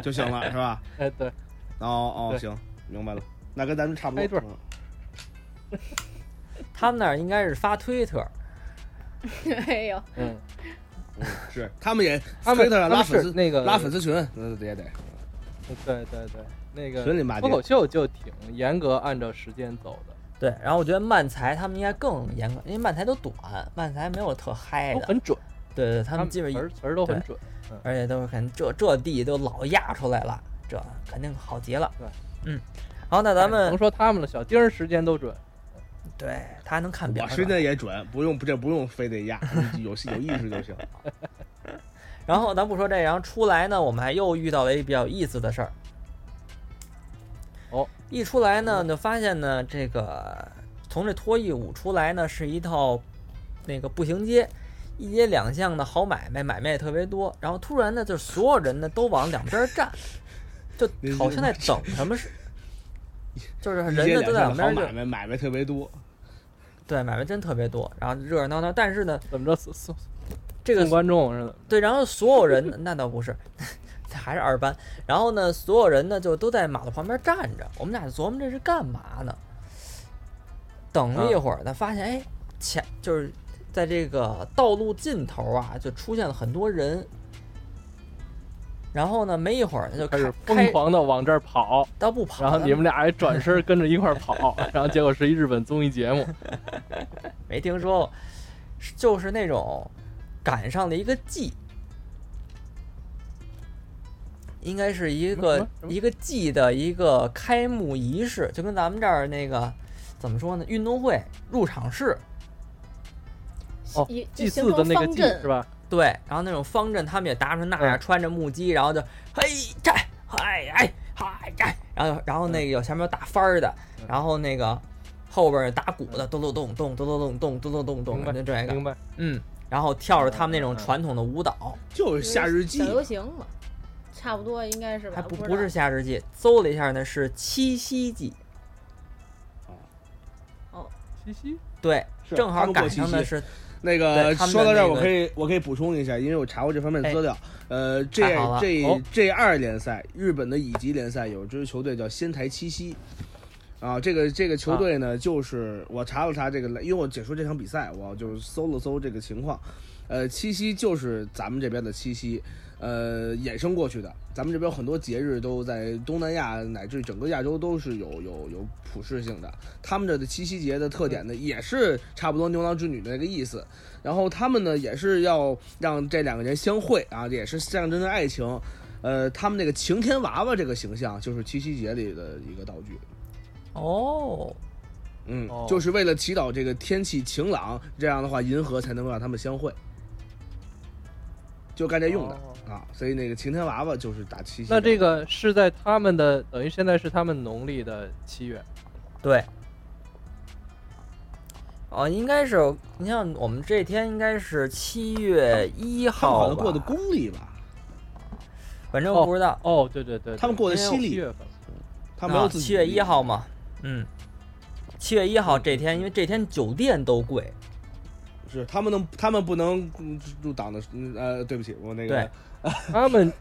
就行了，是吧？哎，对，哦哦，对行，明白了。那跟咱们差不挨顿多嗯儿。他们那儿应该是发推特， (laughs) 哎呦，嗯，嗯是，他们也他们 Twitter 上他拉们粉是丝，那个拉粉丝群，那也得。对对对，那个群里骂街脱口秀就挺严格按照时间走的，对，然后我觉得漫才他们应该更严格，因为漫才都短，漫才没有特嗨都的，哦很准，对对，对他们基本词儿词儿都很准。而且都是肯这这地都老压出来了，这肯定好极了。对，哎嗯，好，那咱能们说他们了，小丁儿时间都准，对他还能看表我是时吧间也准，不用不这不用非得压，有有意识 (laughs) 就行。然后咱不说这，然后出来呢，我们还又遇到了一比较有意思的事儿。哦，一出来呢，就发现呢，这个从这脱衣舞出来呢，是一套那个步行街，一街两巷的好买卖，买卖也特别多。然后突然呢，就是所有人呢都往两边 (laughs) 站，就好像在等什么事，就是一人街呢都两在巷的好两边就买卖，买卖特别多。对，买卖真特别多，然后热热闹闹。但是呢，怎么着送送这个送观众是怎么？对，然后所有人那倒不是， (laughs) 还是二班。然后呢，所有人呢就都在马路旁边站着。我们俩就琢磨这是干嘛呢？等了一嗯会儿呢，发现哎，前就是在这个道路尽头啊，就出现了很多人。然后呢，没一会儿他就开始开疯狂的往这儿跑，倒不跑然了，后你们俩还转身跟着一块儿跑，然后结果是一日本综艺 (laughs) 节目，没听说过，是就是那种赶上了一个季，应该是一什个么什么一个季的一个开幕仪式，就跟咱们这儿那个怎么说呢，运动会入场式，哦一祭祀的那个祭是？吧？对，然后那种方阵他们也搭成那样，嗯穿着木屐，然后就嘿站，嗨哎嗨站，然后然后那个有前面有打幡儿的，嗯然后那个后边儿打鼓的，咚咚咚咚咚咚咚咚咚咚咚明白咚，就这个，明白？嗯，然后跳着他们那种嗯嗯嗯传统的舞蹈，就是夏日祭小，游行嘛，差不多应该是吧？还不不不是知夏至祭，搜了一下呢是七夕祭，西西，对，是正他好们过赶七上的夕是那对个他们说到的这儿，那我个哎可以我可以补充一下，因为我查过这方面的资料。呃，J 太好了哦 J J 二联赛，日本的乙级联赛有支球队叫仙台七夕。啊，这个这个球队呢，就是我查了查这个，因为我解说这场比赛，我就是搜了搜这个情况。呃，七夕就是咱们这边的七夕，呃，衍生过去的。咱们这边有很多节日都在东南亚乃至整个亚洲都是有有有普适性的。他们这的七夕节的特点呢，也是差不多牛郎织女的那个意思。然后他们呢，也是要让这两个人相会啊，也是象征着爱情。呃，他们那个晴天娃娃这个形象，就是七夕节里的一个道具。哦，嗯，哦就是为了祈祷这个天气晴朗，这样的话银河才能够让他们相会，就干这用的、哦啊。所以那个晴天娃娃就是打七夕的。那这个是在他们的等于现在是他们农历的七月，对，哦，应该是你像我们这天应该是七月一他们好号像过的吧，公历吧，反正我不知道，啊哦，对对对，他们过的西七历，月份，他没有自己。七月一号，嘛，嗯，七月一号这天，因为这天酒店都贵，是他们能，他们不能嗯入党的。嗯呃，对不起，我那个对他们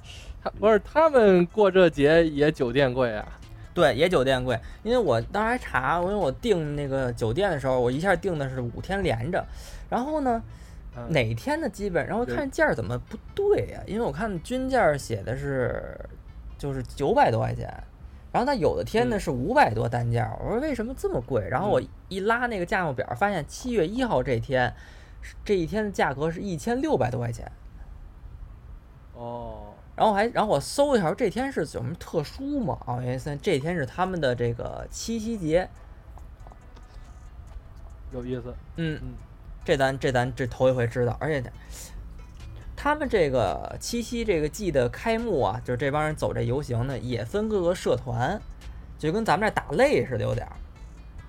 他不是他们过这节也酒店贵啊，对，也酒店贵。因为我当时还查，因为我订那个酒店的时候，我一下订的是五天连着，然后呢，嗯哪天呢基本，然后对看价儿怎么不对呀、因为我看均价儿写的是就是九百多块钱。然后它有的天呢嗯是五百多单价儿，我说为什么这么贵？然后我一拉那个价目表儿，发现七月一号这天，是这一天的价格是一千六百多块钱。哦，然后还，然后我搜一下，这天是有什么特殊吗？啊，原来三这天是他们的这个七夕节。有意思，嗯嗯，这咱这咱这头一回知道，而且他们这个七夕这个季的开幕啊，就是这帮人走这游行呢，也分各个社团，就跟咱们这打擂似的，有点儿，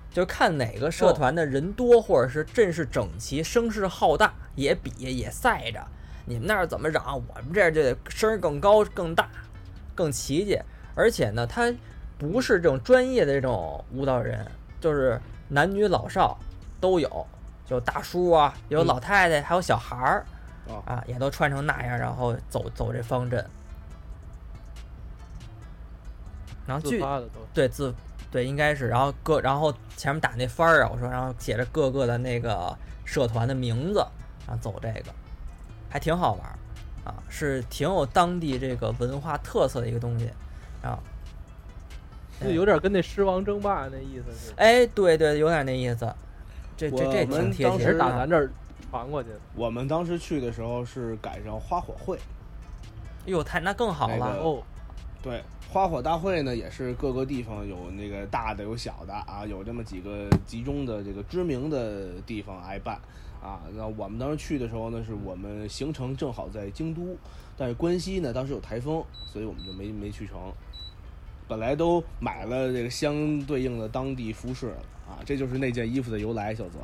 就是看哪个社团的人多，或者是阵势整齐、声势浩大，也比也赛着。你们那儿怎么嚷，我们这儿就得声儿更高、更大、更齐齐。而且呢，他不是这种专业的这种舞蹈人，就是男女老少都有，就大叔啊，有嗯老太太，还有小孩儿嗯哦啊，也都穿成那样，然后走走这方阵。然后自具发的都是，对自对应该是，然后各然后前面打那幡儿啊，我说然后写着各个的那个社团的名字，然后走这个，还挺好玩儿啊，是挺有当地这个文化特色的一个东西啊。就有点跟那狮王争霸那意思似的，哎，对对，有点那意思，这这这我们挺贴也当切是的打啊咱。这儿传过去的，我们当时去的时候是赶上花火会，哟，太那更好那了个哦，对，花火大会呢，也是各个地方有那个大的有小的啊，有这么几个集中的这个知名的地方挨办啊。那我们当时去的时候呢，是我们行程正好在京都，但是关西呢当时有台风，所以我们就没没去成。本来都买了这个相对应的当地服饰了啊，这就是那件衣服的由来，小泽，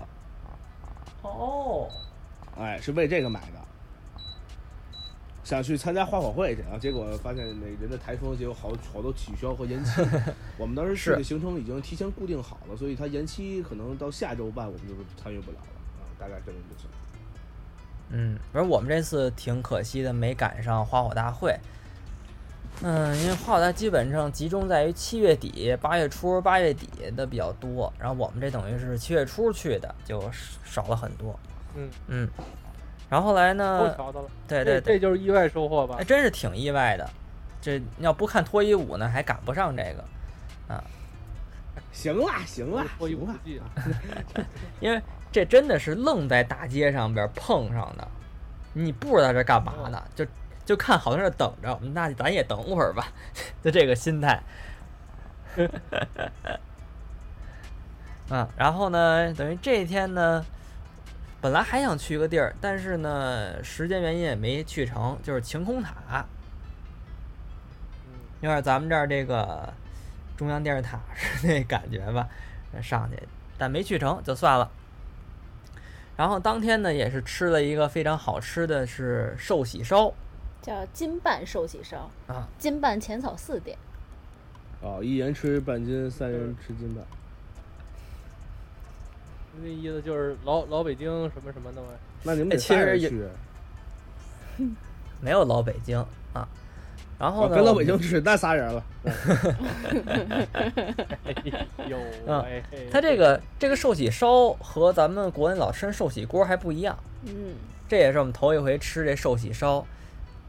哦，哎，是为这个买的。想去参加花火会去，然后结果发现那人的台风，结果好好多取消和延 (laughs) 期。我们当时去是的行程已经提前固定好了，所以它延期可能到下周办，我们就参与不了了啊，大概这么一个情况。嗯，而我们这次挺可惜的，没赶上花火大会。嗯，因为花火大基本上集中在于七月底、八月初、八月底的比较多，然后我们这等于是七月初去的，就少了很多。嗯嗯，然后后来都呢？瞧到了，对这嗯对对，这哎就是意外收获吧哎，？真是挺意外的。这要不看脱衣舞呢，还赶不上这个。行啦，行啦，脱衣舞行啦，技啊，因为这真的是愣在大街上边碰上的，你不知道这干嘛呢，就就看好像是等着，嗯那咱也等会儿吧， (laughs) 就这个心态。 (laughs) 啊，然后呢，等于这一天呢，本来还想去个地儿，但是呢，时间原因也没去成，就是晴空塔。嗯有点咱们这儿这个中央电视塔是那感觉吧，呃上去，但没去成就算了。然后当天呢，也是吃了一个非常好吃的是寿喜烧叫金半寿喜烧，啊，金半浅草寺店。哦，一人吃半斤，三人吃斤半。那意思就是老老北京什么什么的嘛。那你们哎得其仨人实也去，没有老北京啊。然后我哦呢，跟老我北们京吃，那仨人了。哎呦嗯喂，它这个这个寿喜烧和咱们国内老吃寿喜锅还不一样，嗯，这也是我们头一回吃这寿喜烧，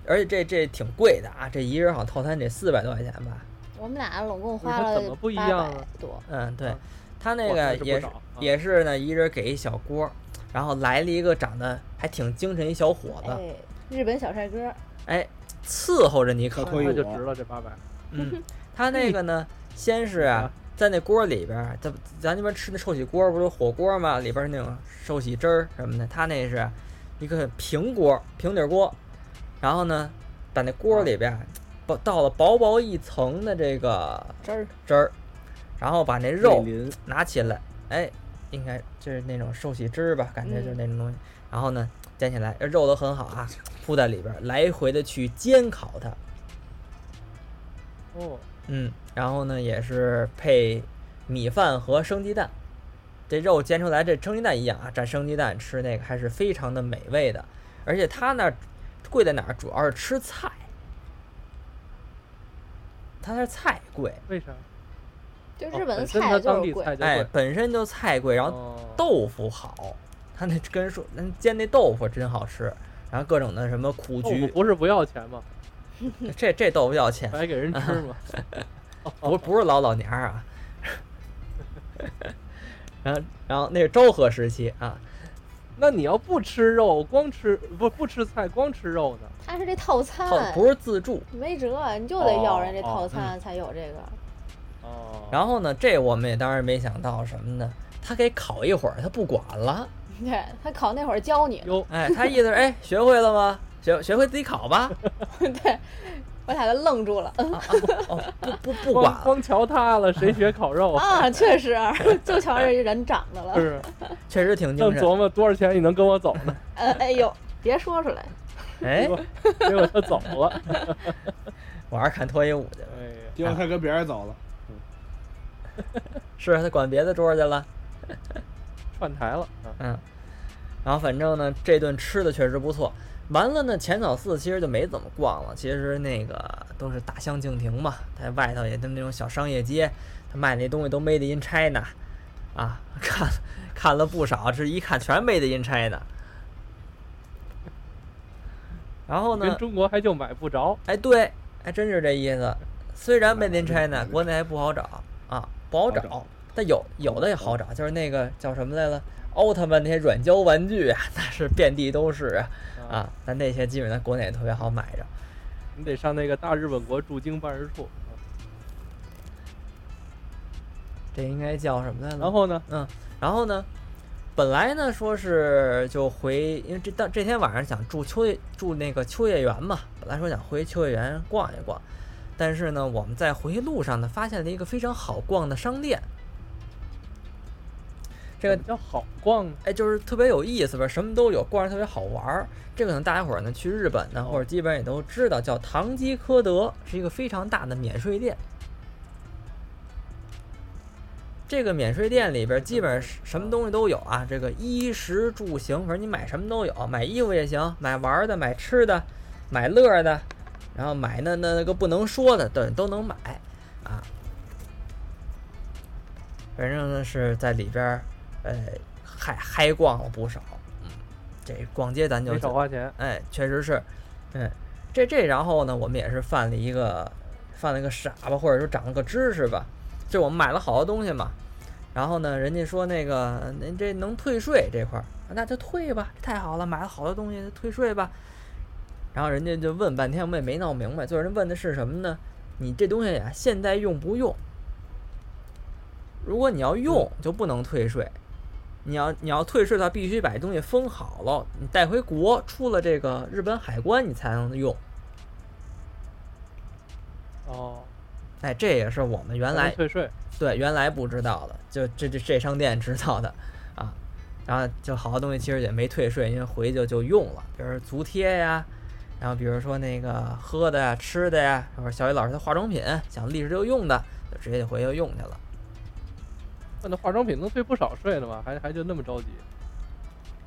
而且这这挺贵的啊，这一人好像套餐得四百多块钱吧。我们俩拢共不是花它了怎么不一样啊800多。嗯，对啊，他那我个真是不也是少啊也是呢，一人给一小锅儿，然后来了一个长得还挺精神一小伙子，哎，日本小帅哥，哎，伺候着你可可不脱。衣那舞就值了这八百。嗯，他那个呢，先是啊啊，在那锅里边儿，咱咱那边吃那寿喜锅儿不是火锅儿嘛，里边儿是那种寿喜汁儿什么的，他那是一个平锅儿平底儿锅，然后呢，把那锅儿里边儿薄倒了薄薄一层的这个汁儿汁儿，然后把那肉啊桂林拿起来，哎，应该就是那种寿喜汁儿吧，感觉就是那种东西。然后呢，煎起来，肉都很好啊，铺在里边儿，来回的去煎烤它。哦，嗯，然后呢，也是配米饭和生鸡蛋。这肉煎出来，这生鸡蛋一样啊，蘸生鸡蛋吃那个还是非常的美味的。而且它那儿贵在哪儿，主要是吃菜，它那儿菜贵，为啥？就哦日本的本身它菜当就是地贵，菜就哎贵，，本身就菜贵，然后哦豆腐好，他那跟说那煎那豆腐真好吃，然后各种的什么苦豆腐哦菊，不是不要钱吗？这这豆腐要钱，白给人 (laughs) 吃吗？哦不不是老老娘儿啊。 (laughs) 然后然后那是昭和时期啊，那你要不吃肉，光吃不不吃菜，光吃肉呢？它是这套餐，套不是自助。没辙，你就得要人这哦套餐才有这个。哦，然后呢，这我们也当然没想到什么呢，他给烤一会儿，他不管了，对他考那会儿教你，哟，哎，他意思是哎，学会了吗？学学会自己烤吧。对我俩就愣住了。嗯啊啊哦，不不不光管了，光瞧他了，谁 (laughs) 学烤肉？啊，确实， (laughs) 就瞧这人长得了是不。是？确实挺正精神。琢磨多少钱你能跟我走呢？呃，哎呦，别说出来，哎结，果结果他走 (laughs) 了。我还是看脱衣舞去了。哎呀，结果他跟别人走了。是啊他管别的桌儿去了。串台了啊！嗯，然后反正呢，这顿吃的确实不错。完了呢，浅草寺其实就没怎么逛了，其实那个都是大相径庭嘛，在外头也都那种小商业街，他卖那东西都 made in China，啊，看看了不少，这一看全 made in China。然后跟呢，中国还就买不着，哎对，还真是这意思。虽然 made in 买不着 China，国内还不好找啊，不好好找找。但有有的也好找，就是那个叫什么来了，奥特曼那些软胶玩具啊， (laughs) 那是遍地都是啊嗯啊。但那些基本上国内也特别好买着。你得上那个大日本国驻京办事处。啊这应该叫什么来了？然后呢？嗯，然后呢，本来呢说是就回，因为这当这天晚上想住秋叶住那个秋叶原嘛，本来说想回秋叶原逛一逛，但是呢，我们在回去路上呢发现了一个非常好逛的商店。这个比较好逛呢。哎，就是特别有意思吧，什么都有，逛着特别好玩儿。这个可能大家伙儿呢去日本呢，或者基本上也都知道，叫唐吉诃德，是一个非常大的免税店。这个免税店里边儿基本上是什么东西都有啊，这个衣食住行，反正你买什么都有，买衣服也行，买玩儿的，买吃的，买乐儿的，然后买那那那个不能说的，对，都能买啊。反正呢是在里边儿，呃，嗨嗨逛了不少。嗯，这逛街咱就没少花钱，哎，确实是，嗯，这这，然后呢，我们也是犯了一个犯了一个傻吧，或者说长了个知识吧，就我们买了好多东西嘛，然后呢，人家说那个您这能退税这块儿，那就退吧，太好了，买了好多东西退税吧。然后人家就问半天，我们也没闹明白，最后人问的是什么呢？你这东西呀、现在用不用？如果你要用，就不能退税。你要你要退税的话，必须把这东西封好了，你带回国，出了这个日本海关，你才能用。哦，哎，这也是我们原还来能退税，对，原来不知道的，就这这这商店知道的啊。然后就好多东西其实也没退税，因为回去就就用了，比如足贴呀，然后比如说那个喝的呀、吃的呀，或者小雨老师的化妆品想立时就用的，就直接就回去就用去了。那那化妆品能退不少税呢吧？还还就那么着急？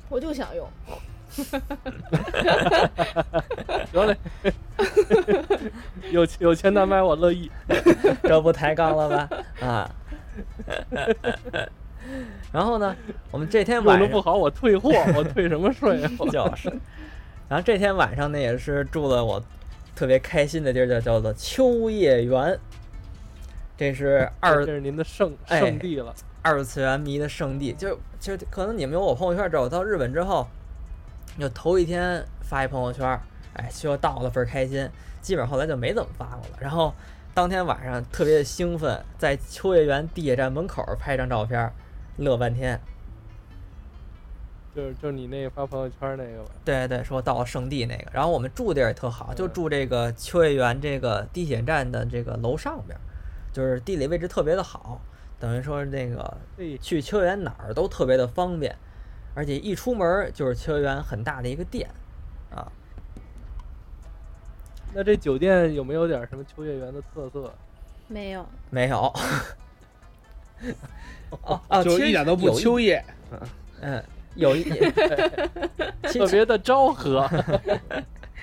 我就想用，得 (laughs) 嘞，有有钱难买我乐意。这不抬杠了吧？啊。然后呢，我们这天用晚的上不好我退货，我退什么 (laughs) 税啊？就是。然后这天晚上呢，也是住了我特别开心的地儿，叫叫做秋叶原。这是这二是您的圣哎圣地了，二次元迷的圣地，就是其实可能你们有我朋友圈之后，到日本之后，就头一天发一朋友圈，哎，就到了倍儿开心，基本上后来就没怎么发过了。然后当天晚上特别兴奋，在秋叶原地铁站门口拍张照片，乐半天。就是就是你那个发朋友圈那个吧？对对，说到了圣地那个，然后我们住地儿也特好，就嗯住这个秋叶原这个地铁站的这个楼上边儿，就是地理位置特别的好，等于说那个哎，去秋叶原哪儿都特别的方便，而且一出门儿就是秋叶原很大的一个店，啊，那这酒店有没有点什么秋叶原的特色？没有，没有，哦哦，就其实一点都不有一秋叶，嗯，有一点，其特实别的昭和，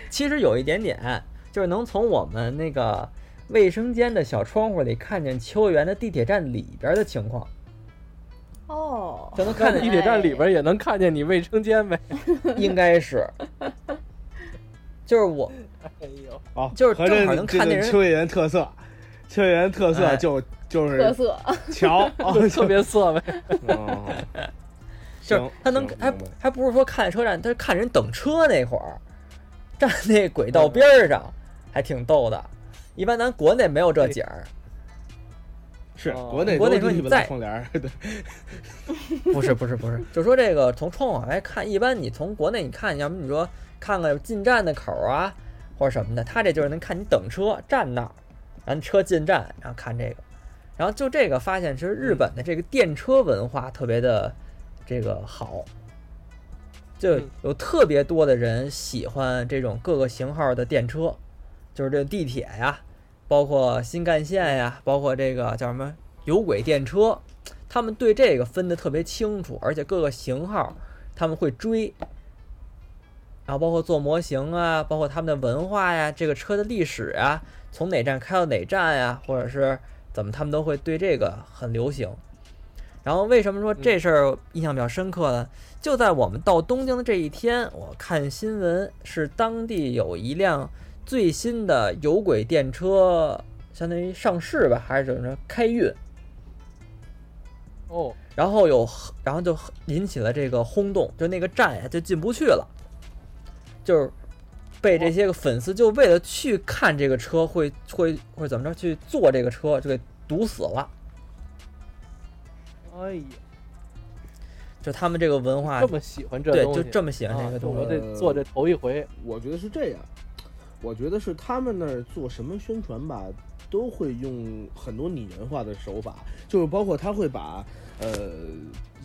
其实有一点点，就是能从我们那个卫生间的小窗户里看见秋叶原的地铁站里边儿的情况。哦，就能看看见，地铁 (laughs) 站里边也能看见你卫生间呗。 (laughs) 应该是，就是我哎 (laughs) 呦，哦，就是合正着好能这看个见人秋叶原特色，秋叶原特哎色就就是特色， (laughs) 桥，哦，特别色呗。哦， (laughs) 就是行他能行还明白还不是说看车站，他是看人等车那会儿，站那嗯轨道边儿上，还挺逗的。一般咱国内没有这景儿，是哦国内国内都说是基你本在的窗帘儿，对， (laughs) 不是不是不是，就说这个从窗户往外看，一般你从国内你看，要么你说看看进站的口儿啊，或者什么的，他这就是能看你等车站那儿，然后车进站，然后看这个，然后就这个发现，其实日本的这个电车文化特别的这个好，就嗯有特别多的人喜欢这种各个型号的电车，就是这地铁呀，包括新干线呀，包括这个叫什么有轨电车，他们对这个分得特别清楚，而且各个型号他们会追，然后包括做模型啊，包括他们的文化呀，这个车的历史啊，从哪站开到哪站呀，或者是怎么，他们都会对这个很流行。然后为什么说这事儿印象比较深刻呢？就在我们到东京的这一天，我看新闻是当地有一辆最新的有轨电车，相当于上市吧，还是怎么着开运？ (laughs) 哦，然后有很，然后就很引起了这个轰动，就那个站呀就进不去了，就是被这些个粉丝就为了去看这个车会会会怎么着去坐这个车就给堵死了，哎呀，就他们这个文化这么喜欢这对东西，啊就这么喜啊欢这个东我西，这做这头一回，我觉得是这样，我觉得是他们那儿做什么宣传吧，都会用很多拟人化的手法，就是包括他会把呃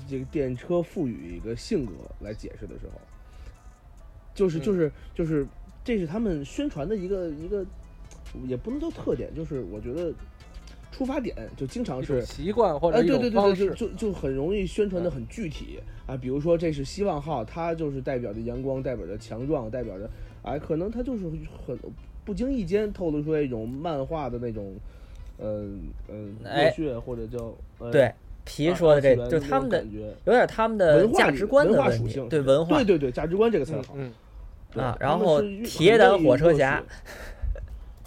这个电车赋予一个性格来解释的时候，就是嗯就是就是这是他们宣传的一个一个也不能叫特点，就是我觉得出发点就经常一种是习惯或哎，者一对对种对对，方就式。就就很容易宣传嗯的很具体啊，比如说这是希望号，它就是代表着阳光，代表着强壮，代表着哎，可能它就是很不经意间透露出来一种漫画的那种，呃呃哎热血或者叫、呃、对皮说的这二次元就那他种们的感觉有点他们的文化价里值观的文化问属题性，对文化对对对价值观这个词儿好，嗯，对啊他们然后是运铁胆火车侠， (laughs) 很多运作是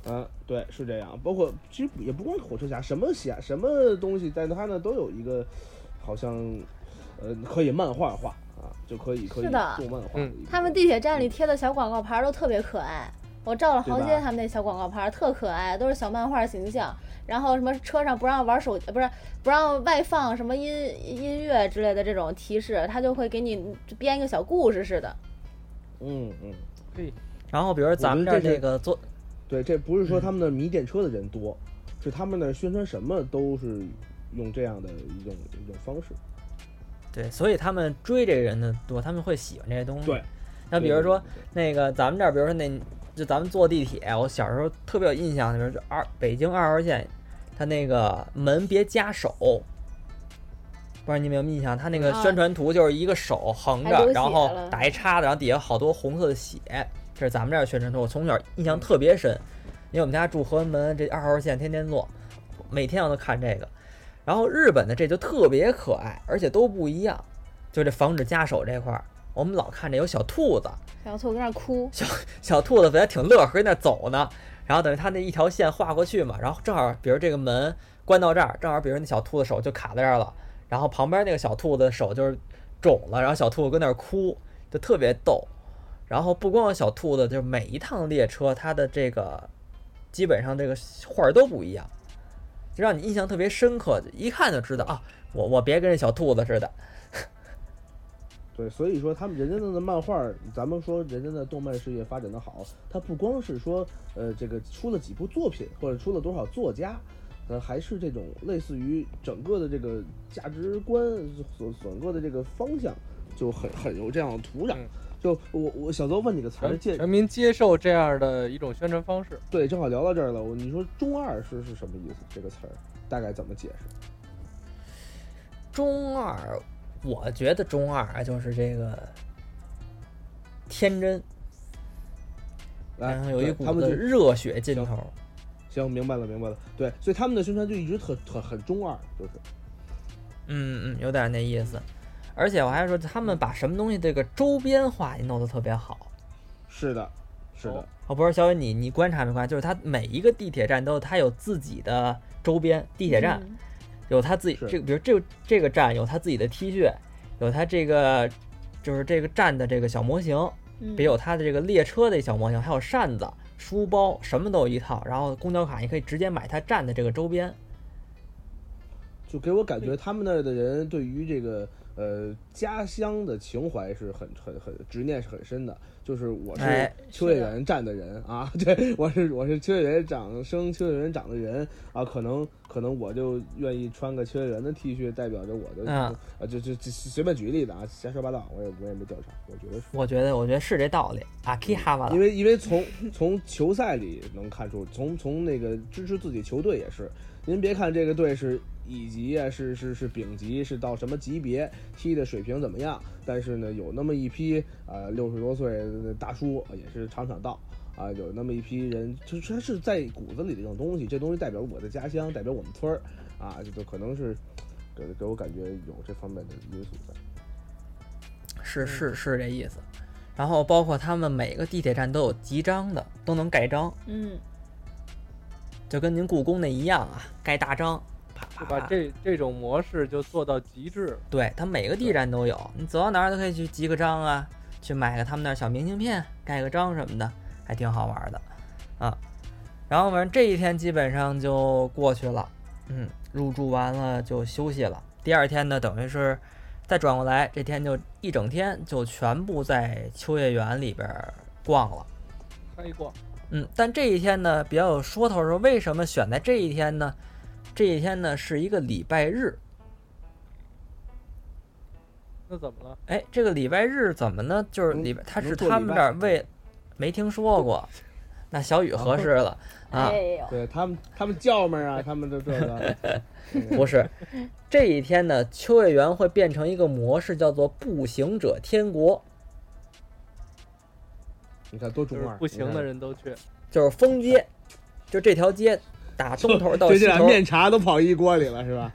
嗯，对，是这样。包括其实也不光是火车侠，什么侠什么东西，在它那都有一个，好像呃可以漫画化啊，就可以可以是的做漫画嗯的一个。他们地铁站里贴的小广告牌儿都特别可爱，我照了好对些吧他们那小广告牌儿，特可爱，都是小漫画形象。然后什么车上不让玩手，呃不是不让外放什么音音乐之类的这种提示，他就会给你编一个小故事似的。嗯嗯，然后比如咱们这儿这个做，对，这不是说他们那迷电车的人多，是他们那宣传什么都是用这样的一种一种方式。对，所以他们追这人的多，他们会喜欢这些东西。对，嗯那比如说对对那个咱们这儿，比如说那就咱们坐地铁，我小时候特别有印象，比如说二北京二号线，它那个门别夹手，不知道你们有没有印象？它那个啊宣传图就是一个手横还流着，血然后了打一叉子，然后底下好多红色的血，这是咱们这儿宣传图。我从小印象特别深，因为我们家住和安门，这二号线天天坐，每天我都看这个。然后日本的这就特别可爱，而且都不一样。就这防止夹手这块儿，我们老看着有小兔子，小兔跟那儿哭， (laughs) 小兔子本来挺乐呵，跟那儿走呢，然后等于它那一条线划过去嘛，然后正好比如这个门关到这儿，正好比如那小兔子手就卡在这儿了，然后旁边那个小兔子手就是肿了，然后小兔子跟那儿哭，就特别逗。然后不光有小兔子，就是每一趟列车它的这个基本上这个画儿都不一样，就让你印象特别深刻，一看就知道啊，我我别跟这小兔子似的。对，所以说他们人家的漫画儿，咱们说人家的动漫事业发展的好，它不光是说呃这个出了几部作品或者出了多少作家，呃还是这种类似于整个的这个价值观所整个的这个方向就很很有这样的土壤嗯。就我我小邹问你个词哎儿，全借全民接受这样的一种宣传方式。对，正好聊到这儿了。我你说“中二”是是什么意思？这个词儿大概怎么解释？中二，我觉得中二啊，就是这个天真，哎然后有一对股他们子就热血劲头。行，明白了，明白了。对，所以他们的宣传就一直很很很中二，就是嗯嗯，有点那意思。而且我还说，他们把什么东西这个周边化也弄得特别好。是的，是的。哦，不是，小雨，你你观察没观察？就是它每一个地铁站都有它有自己的周边，地铁站、嗯有它自己是这个，比如这个这个站有它自己的 T 恤，有它这个就是这个站的这个小模型，嗯别有它的这个列车的小模型，还有扇子、书包，什么都有一套。然后公交卡你可以直接买它站的这个周边。就给我感觉他们那儿的人对于这个呃家乡的情怀是很很很执念是很深的。就是我是哎秋叶原站的人啊， (laughs) 对，我是我是秋叶原长生秋叶原长的人啊，可能可能我就愿意穿个秋叶原的 T 恤，代表着我的嗯啊，就就就随便举个例子啊，瞎说八道，我也我也没调查，我觉得是。我觉得，我觉得是这道理。啊阿基哈瓦嗯因为因为从从球赛里能看出，从从那个支持自己球队也是。您别看这个队是乙级啊，是是是丙级，是到什么级别，踢的水平怎么样，但是呢，有那么一批啊六十多岁的大叔呃也是场场到。啊，有那么一批人，就是他是在骨子里的一种东西，这东西代表我的家乡，代表我们村儿，啊，这就可能是给给我感觉有这方面的因素在。是嗯是是这意思。然后包括他们每个地铁站都有集章的，都能盖章，嗯，就跟您故宫那一样啊，盖大章，啪就啪把啪。这这种模式就做到极致了。对，它每个地铁站都有，你走到哪儿都可以去集个章啊，去买个他们那儿小明信片，盖个章什么的，还挺好玩的啊。然后反正这一天基本上就过去了，嗯，入住完了就休息了。第二天呢，等于是再转过来，这天就一整天就全部在秋叶原里边儿逛了。开挂，嗯，但这一天呢比较有说头，说为什么选在这一天呢？这一天呢是一个礼拜日，那怎么了？哎，这个礼拜日怎么呢？就是能礼拜，他能是做他礼拜们这儿为没听说过，那小雨合适了啊哎？呦，对他们，他们叫们儿啊，他们这这个，不是，这一天呢，秋叶原会变成一个模式，叫做步行者天国，你看多就中是二，不行的人。人都去，就是封街，就这条街打东头 (laughs) 到这西这俩头，面茶都跑一锅里了，是吧？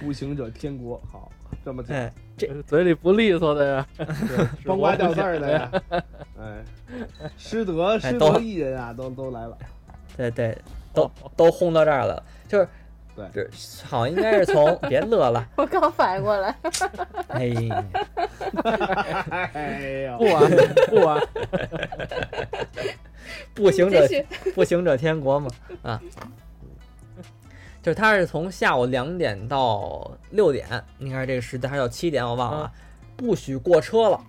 步行者天国，好，这么讲，哎，这嘴里不利索的呀，帮瓜掉字儿的呀，哎，师德师都德艺人啊，都都来了，对对，都都轰到这儿了，就是。对就是好像应该是 (laughs) 从别乐了，我刚反应过来，哎，哎不呦，啊不啊，步行者继续 (laughs) 步行者天国嘛，啊，就是他是从下午两点到六点，应该是这个时间，还有七点我忘了，嗯不许过车了。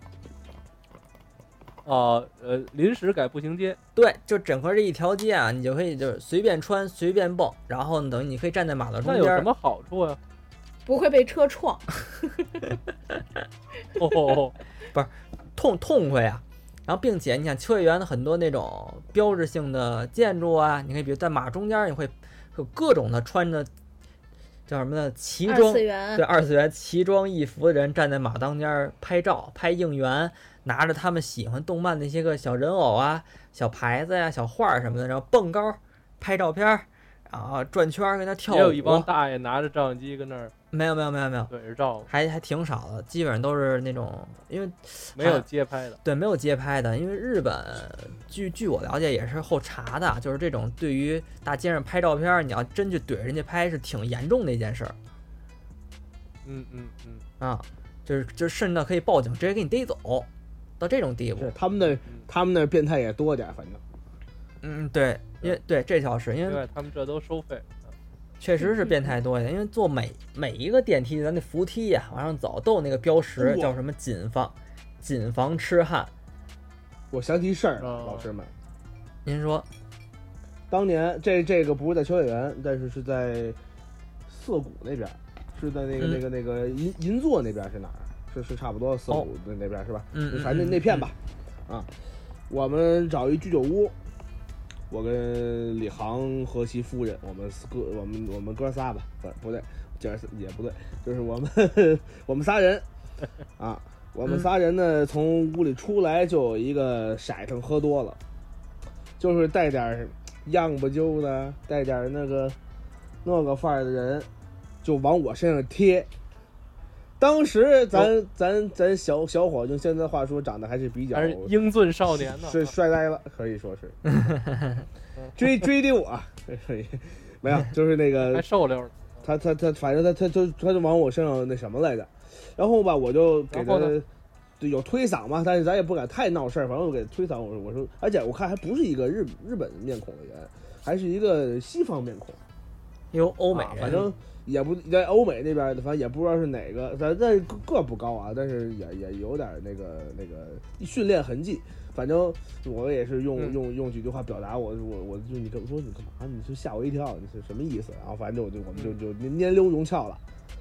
哦呃，临时改步行街，对，就整个这一条街啊，你就可以就是随便穿随便蹦，然后呢，等于你可以站在马路中那间有什儿，么好处啊呀？不会被车撞。 (laughs) 哦哦痛痛快呀、然后，并且你想，秋叶原的很多那种标志性的建筑啊，你可以比如在马中间儿，你会有各种的穿着叫什么呢？奇二装次元对，二次元奇装异服的人站在马当间儿拍照、拍应援，拿着他们喜欢动漫的一些个小人偶啊、小牌子呀、小画儿什么的，然后蹦高、拍照片儿，然后转圈儿跟那跳哦，舞。也有一帮大爷拿着照相机跟那儿没有没有没有没有，怼着照，哎还还挺少的，基本上都是那种因为没有街拍的。对没有街拍的，因为日本据据我了解也是后查的，就是这种对于大街上拍照片儿，你要真去怼人家拍是挺严重的一件事儿嗯嗯嗯，啊，就是就是甚至到可以报警，直接给你逮走，到这种地步是。他们那他们那变态也多点儿，反正嗯，对，因为对这倒是因另为外他们这都收费。确实是变态多一点，因为坐每每一个电梯，咱那扶梯呀、往上走都有那个标识，哇叫什么“谨防谨防痴汉我想起一事儿了，哦老师们，”。您说当年这这个不是在秋叶原，但是是在涩谷那边儿，是在那个、嗯那个那个银银座那边儿是哪儿？是是差不多涩谷那那边儿是吧？嗯就嗯反正嗯那那片吧。啊，我们找一居酒屋，我跟李航和其夫人，我们四哥我们我们哥仨吧，不不对，姐儿四也不对，就是我们 (laughs) 我们仨人啊。我嗯们仨人呢，从屋里出来就有一个色腾喝多了，就是带点儿样不揪的，带点儿那个那个范儿的人，就往我身上贴。当时咱、咱咱小小伙用现在话说，长得还是比较哦还是啊英俊少年呢？是帅呆了，可以说是 (laughs) 追追的我， (laughs) 没有，就是那 (laughs) 个还瘦溜儿呢。他他他，反正他他就他就往我身上那什么来着，然后吧，我就给然后他呢就有推搡嘛，但是咱也不敢太闹事儿，反正我给推搡，我说我说，而且我看还不是一个日日本面孔的人，还是一个西方面孔，有欧美啊人，反正也不在欧美那边，反正也不知道是哪个，咱但个个不高啊，但是也也有点那个那个训练痕迹。反正我也是用、嗯用用几句话表达我我我就你跟我说你干嘛？你是吓我一跳，你是什么意思？然后反正我就我们就嗯就蔫溜融洽了，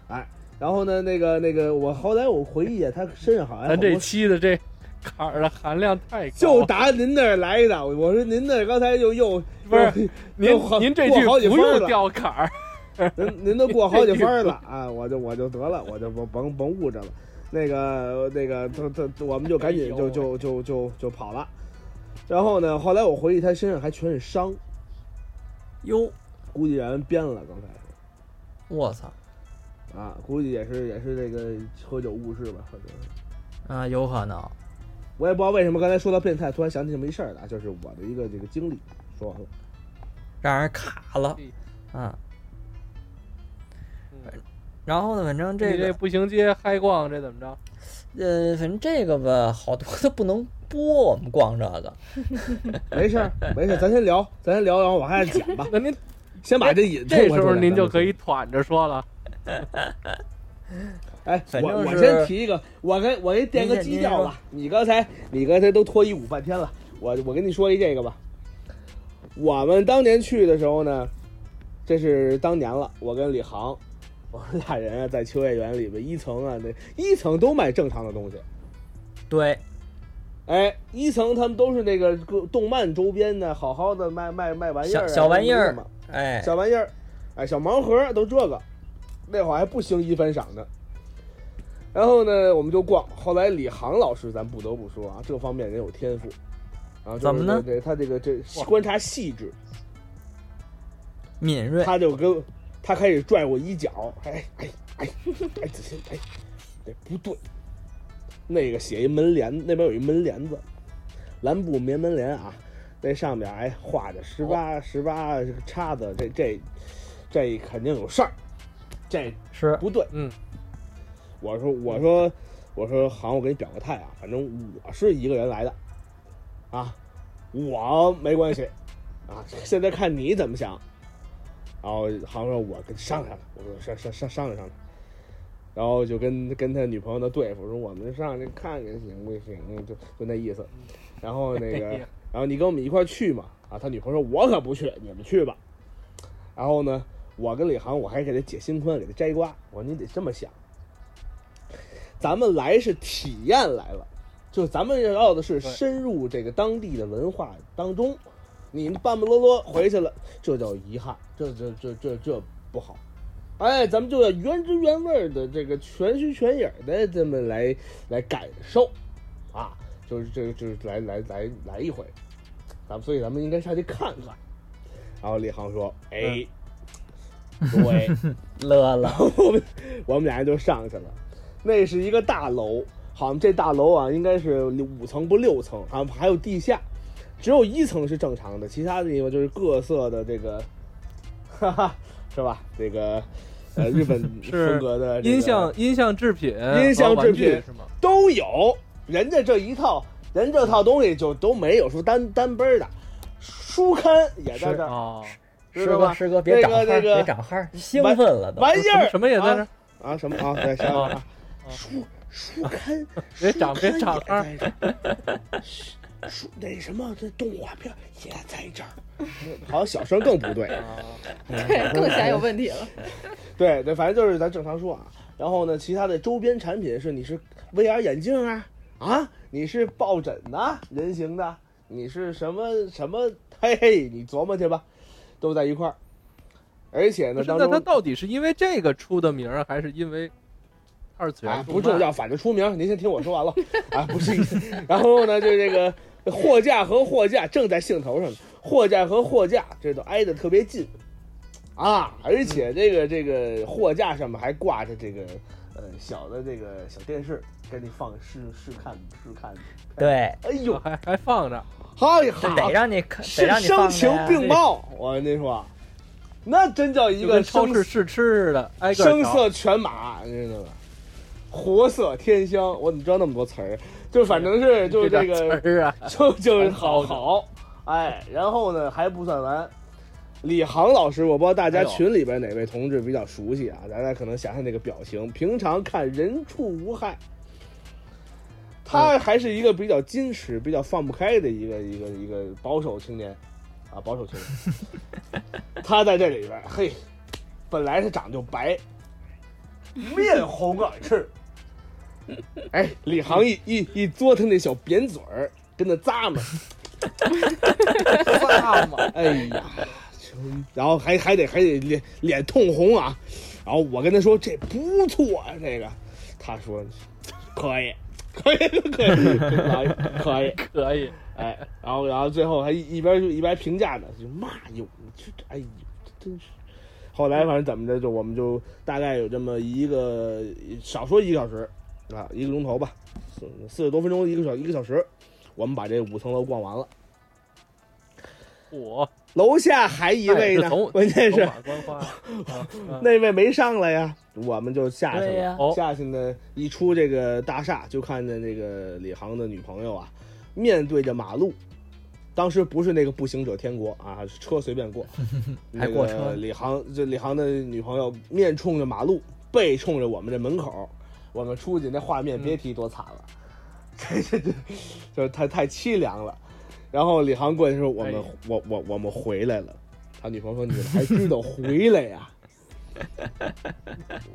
哎，然后呢那个那个我后来我回忆啊，他身上好像咱这好多期的这坎儿的含量太高，就打您那儿来的，我说您那儿刚才又又 (laughs) 不是又您又好您这过句好几不分儿用了掉坎儿，您您都过好几分儿了 (laughs) 啊，我就我就得了，我就甭甭甭捂着了。那个那个，他他我们就赶哎紧呦就喂就就就就跑了。然后呢，后来我回忆他身上还全是伤，哟，估计让人编了刚才我操啊，估计也是也是那个喝酒误事吧，或者是啊，有可能我也不知道为什么刚才说到变态，突然想起这么一事儿来，就是我的一个这个经历。说完了，让人卡了，嗯嗯。然后呢，反正你这这个步行街嗨逛这怎么着？。呃，反正这个吧，好多都不能播，我们逛这个。没事儿没事儿，咱先聊，咱先聊，然后往下讲吧那您先把这引这时痛快出候来您咱就们可以团着说了。哎，反我正我是先提一个，我跟我给垫您个先基您调说吧。你刚才你刚才都脱衣舞半天了，我我跟你说一这个吧。我们当年去的时候呢，这是当年了，我跟李航，我们俩人啊在秋叶原里边一层啊，那一层都卖正常的东西。对，哎，一层他们都是那个各动漫周边的，好好的卖卖卖玩意儿啊、小小玩意儿嘛，哎，小玩意儿，哎，小盲盒都这个，那会儿还不兴一番赏呢。然后呢，我们就逛。后来李航老师，咱不得不说啊，这方面人有天赋。然后就是怎么呢这他这个这哇观察细致，敏锐，他就跟他开始拽我衣角，哎哎哎哎，哎子欣，哎哎，不对，那个写一门帘，那边有一门帘子，蓝布棉门帘啊，那上面哎画着十八十八这个叉子，这这这肯定有事儿，这 (laughs) 是不对。嗯，我说我说我说，行，我给你表个态啊，反正我是一个人来的，啊，我没关系，啊，现在看你怎么想。然后航说：“我跟商量了，我说商商商商量商量。”然后就跟跟他女朋友的对付说：“我们上去看看行不行？”就就那意思。然后那个哎呀，然后你跟我们一块儿去嘛？啊，他女朋友说：“我可不去，你们去吧。”然后呢，我跟李航我还给他解心宽，给他摘瓜。我说：“你得这么想，咱们来是体验来了，就咱们要的是对深入这个当地的文化当中。你们半半啰啰回去了，这叫遗憾，这这这这这不好。哎，咱们就要原汁原味儿的这个全虚全影儿的这么来来感受，啊，就是这就是来来来来一回，咱们所以咱们应该下去看看。然后李航说：“哎，嗯对。”乐了，然后我们我们俩人就上去了。那是一个大楼，好像这大楼啊，应该是五层不六层，好像还有地下，只有一层是正常的，其他的地方就是各色的这个，哈哈，是吧？这个呃，日本 (laughs) 是风格的、这个、音像音像制品，音像和玩制品具是吗？都有，人家这一套，人这套东西就都没有，说单单杯儿的，书刊也在是这儿，哦，知师道哥吧？师哥别长那哈儿，个那个别长哈儿，兴奋了都。玩意什么儿什么也在这儿，哎啊什么啊？对，行啊啊，书书刊， (laughs) 别长书刊别长也啊 (laughs) 在这儿书那什么，这动画片也在这儿，好像小声更不哦对。对，更显有问题了。。(laughs) 对对，反正就是咱正常说啊。然后呢，其他的周边产品是你是 VR 眼镜啊啊，你是抱枕呐、人形的，你是什么什么？嘿嘿，你琢磨去吧，都在一块儿。而且不呢，是当那他中到底是因为这个出的名儿，还是因为二次元啊，动漫不重要，反正出名。您先听我说完了啊，不是。 (laughs) 然后呢，就是这个货架和货架正在兴头上呢，货架和货架这都挨得特别近啊，而且这个这个货架上面还挂着这个呃小的这个小电视，给你放试试看试看。对，哎呦，啊还还放着，哎这好，啊得让你看，得是让你声放啊情着呀并茂，我跟你说，啊那真叫一就个跟超声市试吃似的，挨个声瞧色犬马，你知道吗？活色天香，我怎么知道那么多词儿？就反正是就是这点个，词儿 (laughs) 啊，就就是好全好，哎，然后呢还不算完，李航老师，我不知道大家哎呦群里边哪位同志比较熟悉啊？大家可能想想那个表情，平常看人畜无害，嗯他还是一个比较矜持、比较放不开的一个一个一个保守青年，啊，保守青年。 (laughs) 他在这里边，嘿，本来是长就白，面红耳赤。 (laughs) 哎，李航一一一嘬他那小扁嘴儿，跟那咂摸，咂摸，哎呀，然后还还得还得脸脸通红啊。然后我跟他说这不错啊，这个，他说可以，可以，可以，可以，可以。可以，哎，然后然后最后还一一边就一边评价呢，就骂哟，你这哎呦，这真是。后来反正怎么着，就我们就大概有这么一个少说一个小时啊，一个钟头吧，四四十多分钟，一个小一个小时，我们把这五层楼逛完了。我楼下还一哎位呢是从，关键走是马观 (laughs) 花，啊啊嗯那位没上来呀，我们就下去对了。呀，哦下去呢，一出这个大厦，就看见那个李航的女朋友啊，面对着马路。当时不是那个步行者天国啊，车随便 (laughs) 过，还过车那个李航这李航的女朋友面冲着马路，背冲着我们这门口，我们出去那画嗯面别提多惨了， (laughs) 这这这，就是太太凄凉了。然后李航过去说：“我们、哎我我我们回来了。”他女朋友说：“你们还知道回来 (laughs) 呀、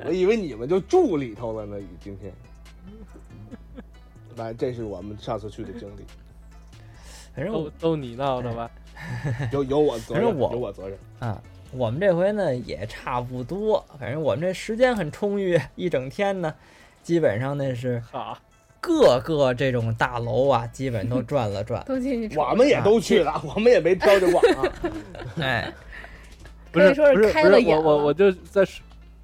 我以为你们就住里头了呢，今天。来，这是我们上次去的经 (laughs) 历，反正都我都你闹的吧？有有我责任，反正我有我责任。啊，我们这回呢也差不多，反正我们这时间很充裕，一整天呢，基本上那是哎好，各个这种大楼啊，基本都转了 (laughs) 转都进去我们也都去 (laughs) 了，我们也没飘着逛啊。哎，不是可以说是不是开不了是眼我我了我就在说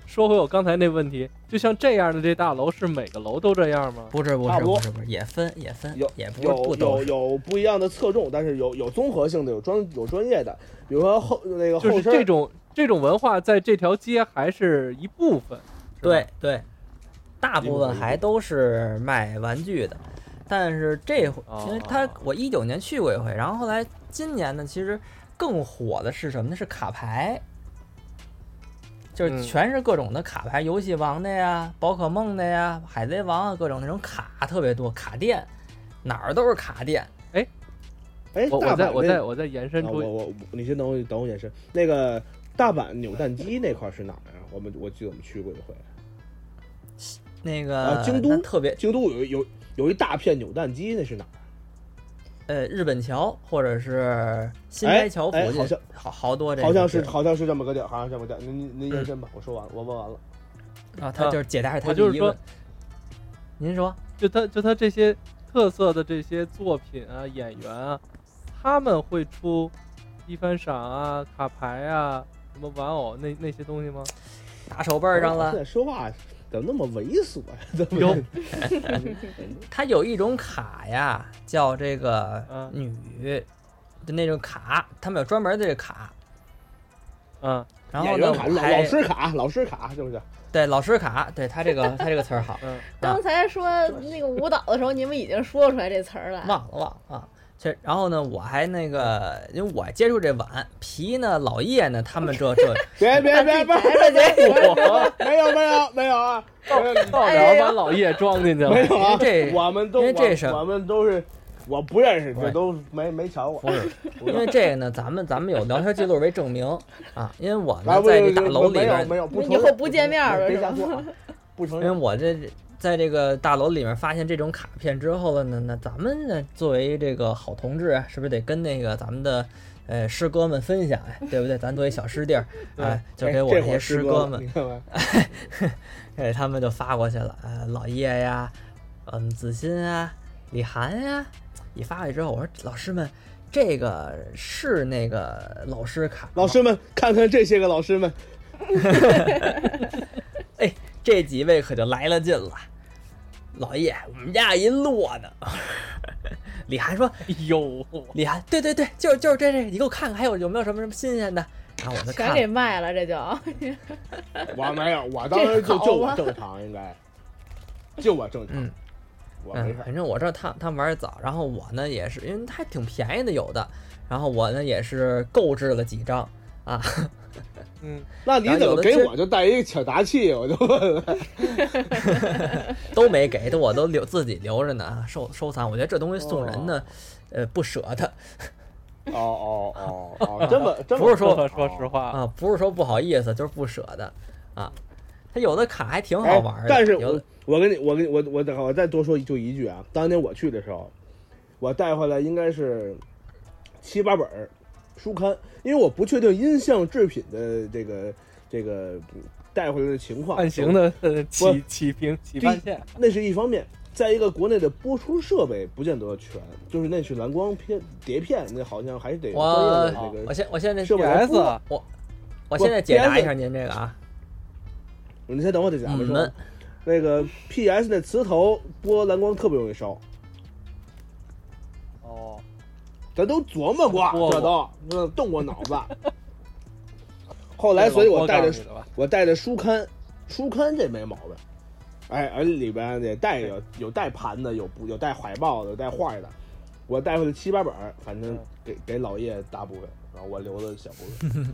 说回我刚才那问题，就像这样的这大楼，是每个楼都这样吗？不是不差是不多不是不是，也分也分有， (laughs) 也不是有不都有是。有不一样的侧重，但是有有综合性的，有专有专业的，比如说后那个就后是身啊这种这种文化在这条街还是一部分。是吧对对，大部一分部分还都是卖玩具的，但是这回哦因为他我一九年去过一回，然后后来今年呢，其实更火的是什么呢？是卡牌，就嗯是全是各种的卡牌，游戏王的呀、宝可梦的呀、海贼王啊，各种那种卡特别多，卡店哪儿都是卡店。哎，我大我阪再我那再我再延伸啊出我我我你先等我等我解释。那个大阪扭蛋机那块儿是哪儿啊？我们我记得我们去过一回，那个、啊京都那特别京都有一有有一大片扭蛋机，那是哪儿啊？呃，日本桥或者是新哎斋桥附哎近，好像好好多这个好像地是儿好像是这么个地儿，好像是这么个地儿。您您您延伸吧，我说完了，我问完了。啊，他啊就是解答是他我的就是疑说问。您说，就他就他这些特色的这些作品啊、演员啊，他们会出一番赏啊、卡牌啊、什么玩偶那那些东 (laughs) 西吗？打手背儿上现了。在说话怎么那么猥琐呀、 (laughs) 怎么有，它有一种卡呀，叫这个嗯女，就那种卡，他们有专门的这个卡。嗯，然后演呢，员卡、我老还老师卡、老师卡是不 (laughs) 是？对老师卡，对他这个他这个词儿好， (laughs) 刚才说那个舞蹈的时候，你们已经说出来这词儿了。忘了忘了啊。这然后呢，我还那个，因为我接触这晚皮呢，老叶呢，他们这这 (laughs) 别别别别别别！没有没有没有啊！到哎点呀把老叶装进去了。没有啊！这我们都因为这我事儿我们都是我不认识，这对都没没瞧过。不是，因为这个呢，咱们咱们有聊天记录为证明啊，因为我来呢不在不这大不楼里没有边没有，不以承认后不见面了别是瞎吧 (laughs) 说啊，不承因为认。我这在这个大楼里面发现这种卡片之后了呢，那咱们呢作为这个好同志啊，是不是得跟那个咱们的呃师哥们分享呀、对不对？咱作为小师弟儿，哎，就给我这这会些儿师师哥们，们你，看吧，给他们就发过去了。呃，老叶呀，嗯，子欣啊，李涵呀，一发过去之后，我说老师们，这个是那个老师卡吗，老师们看看这些个老师们，哎，这几位可就来了劲了。老叶，我们家一摞呢。 (laughs) 李涵说哎呦，：“李涵，对对对，就是就是这这，你给我看看还有有没有什么什么新鲜的。”然后我就全看给了，卖了，这就我没有，我当时就就我啊正常应该，就我正常嗯，我没嗯，事儿。反正我知道他他们玩的早，然后我呢也是，因为还挺便宜的有的，然后我呢也是购置了几张啊，嗯，那你怎么给我就带一个小达器？我就 (laughs) 问了，都没给，都我都留自己留着呢，啊，收收藏。我觉得这东西送人呢，呃，不舍得哦哦哦哦，这么这么不是说说说实话，啊，不是说不好意思，就是不舍得啊。他有的卡还挺哦好哎玩的，但是有我的我跟你我跟你我我等会儿我再多说就一句啊，当年我去的时候，我带回来应该是七八本儿书刊，因为我不确定音像制品的这个这个带回来的情况。判刑的呃我起起平起判线，那是一方面，再一个国内的播出设备不见得全，就是那是蓝光片碟片，那好像还是得有专业我的这我个。现我现在是吧 PS 啊我我不现在解答 PS 一下您这个啊，嗯你先等我再讲你着说。们那个 PS 那磁头播蓝光特别容易烧，哦，咱都琢磨过，播过这都嗯动过脑子。 (laughs) 后来，所以我带着这个老郭告诉你的吧我带着书刊，书刊这没毛病。哎，而里边也带有有带盘的，有不有带怀抱的，有带画的。我带回来七八本儿，反正嗯给给老叶大部分，然后我留了小部分。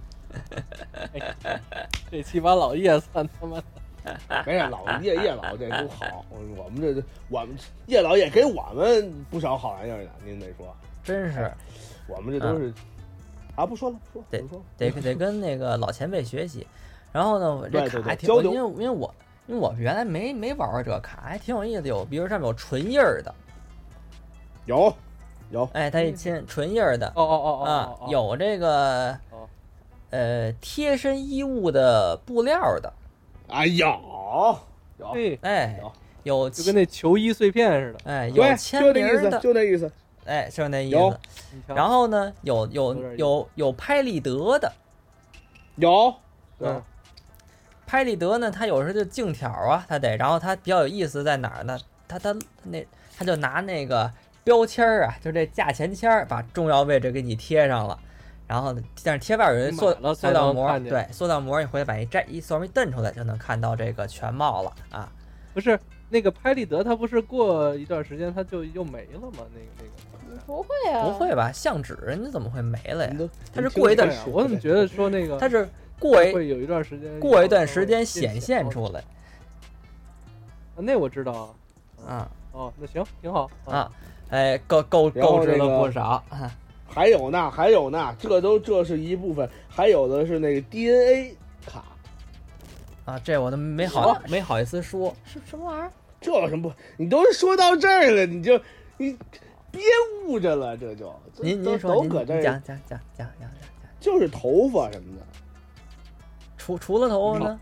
这期把老叶算他妈的哦没事， (laughs) 老叶叶老这都好，我们这我们叶老也给我们不少好玩意儿呢。您得说，真是嗯我们嗯这都是啊，不说了，不说对了，不说了。得得跟那个老前辈学习。然后呢，我这对对卡对还挺，交我流因为因为我因为我原来没没玩过这个卡，还挺有意思的。有比如上面有唇印儿的，有有，哎，它一嗯亲唇印儿的哦哦哦啊哦哦，，有这个哦呃贴身衣物的布料儿的，啊有有。对，哎有，有就跟签那球衣碎片似的，哎对有签名就儿那意思，的，就那意思。哎，就是那意有思。你瞧然后呢，有有有点意思啊有有拍立得的，有，嗯拍立得呢，它有时候就镜条啊，它得，然后它比较有意思在哪儿呢？它它那它就拿那个标签儿啊，就这价钱签儿，把重要位置给你贴上了。然后呢，但是贴外边有一你塑买了塑才料能膜，看见对，塑料膜，你回来把一摘一塑料膜一蹬出来，就能看到这个全貌了啊。不是那个拍立得，它不是过一段时间它就又没了吗？那个那个，不会啊，不会吧？相纸你怎么会没了哎呀？你都它是过一段你听着哎我怎么觉得说那个它是过一会有一段时间过一段时间显现出来啊那我知道啊。啊哦，那行挺好，啊！哎，够够然后够值这了个不少。还有呢，还有呢，这都这是一部分，还有的是那个 DNA 卡，啊，这我都没什好么没好意思说，是什么玩意儿？这有什么不？你都说到这儿了，你就你憋捂着了，这就这您都您说都您搁这您儿讲讲讲讲讲讲讲，就是头发什么的，除除了头发呢？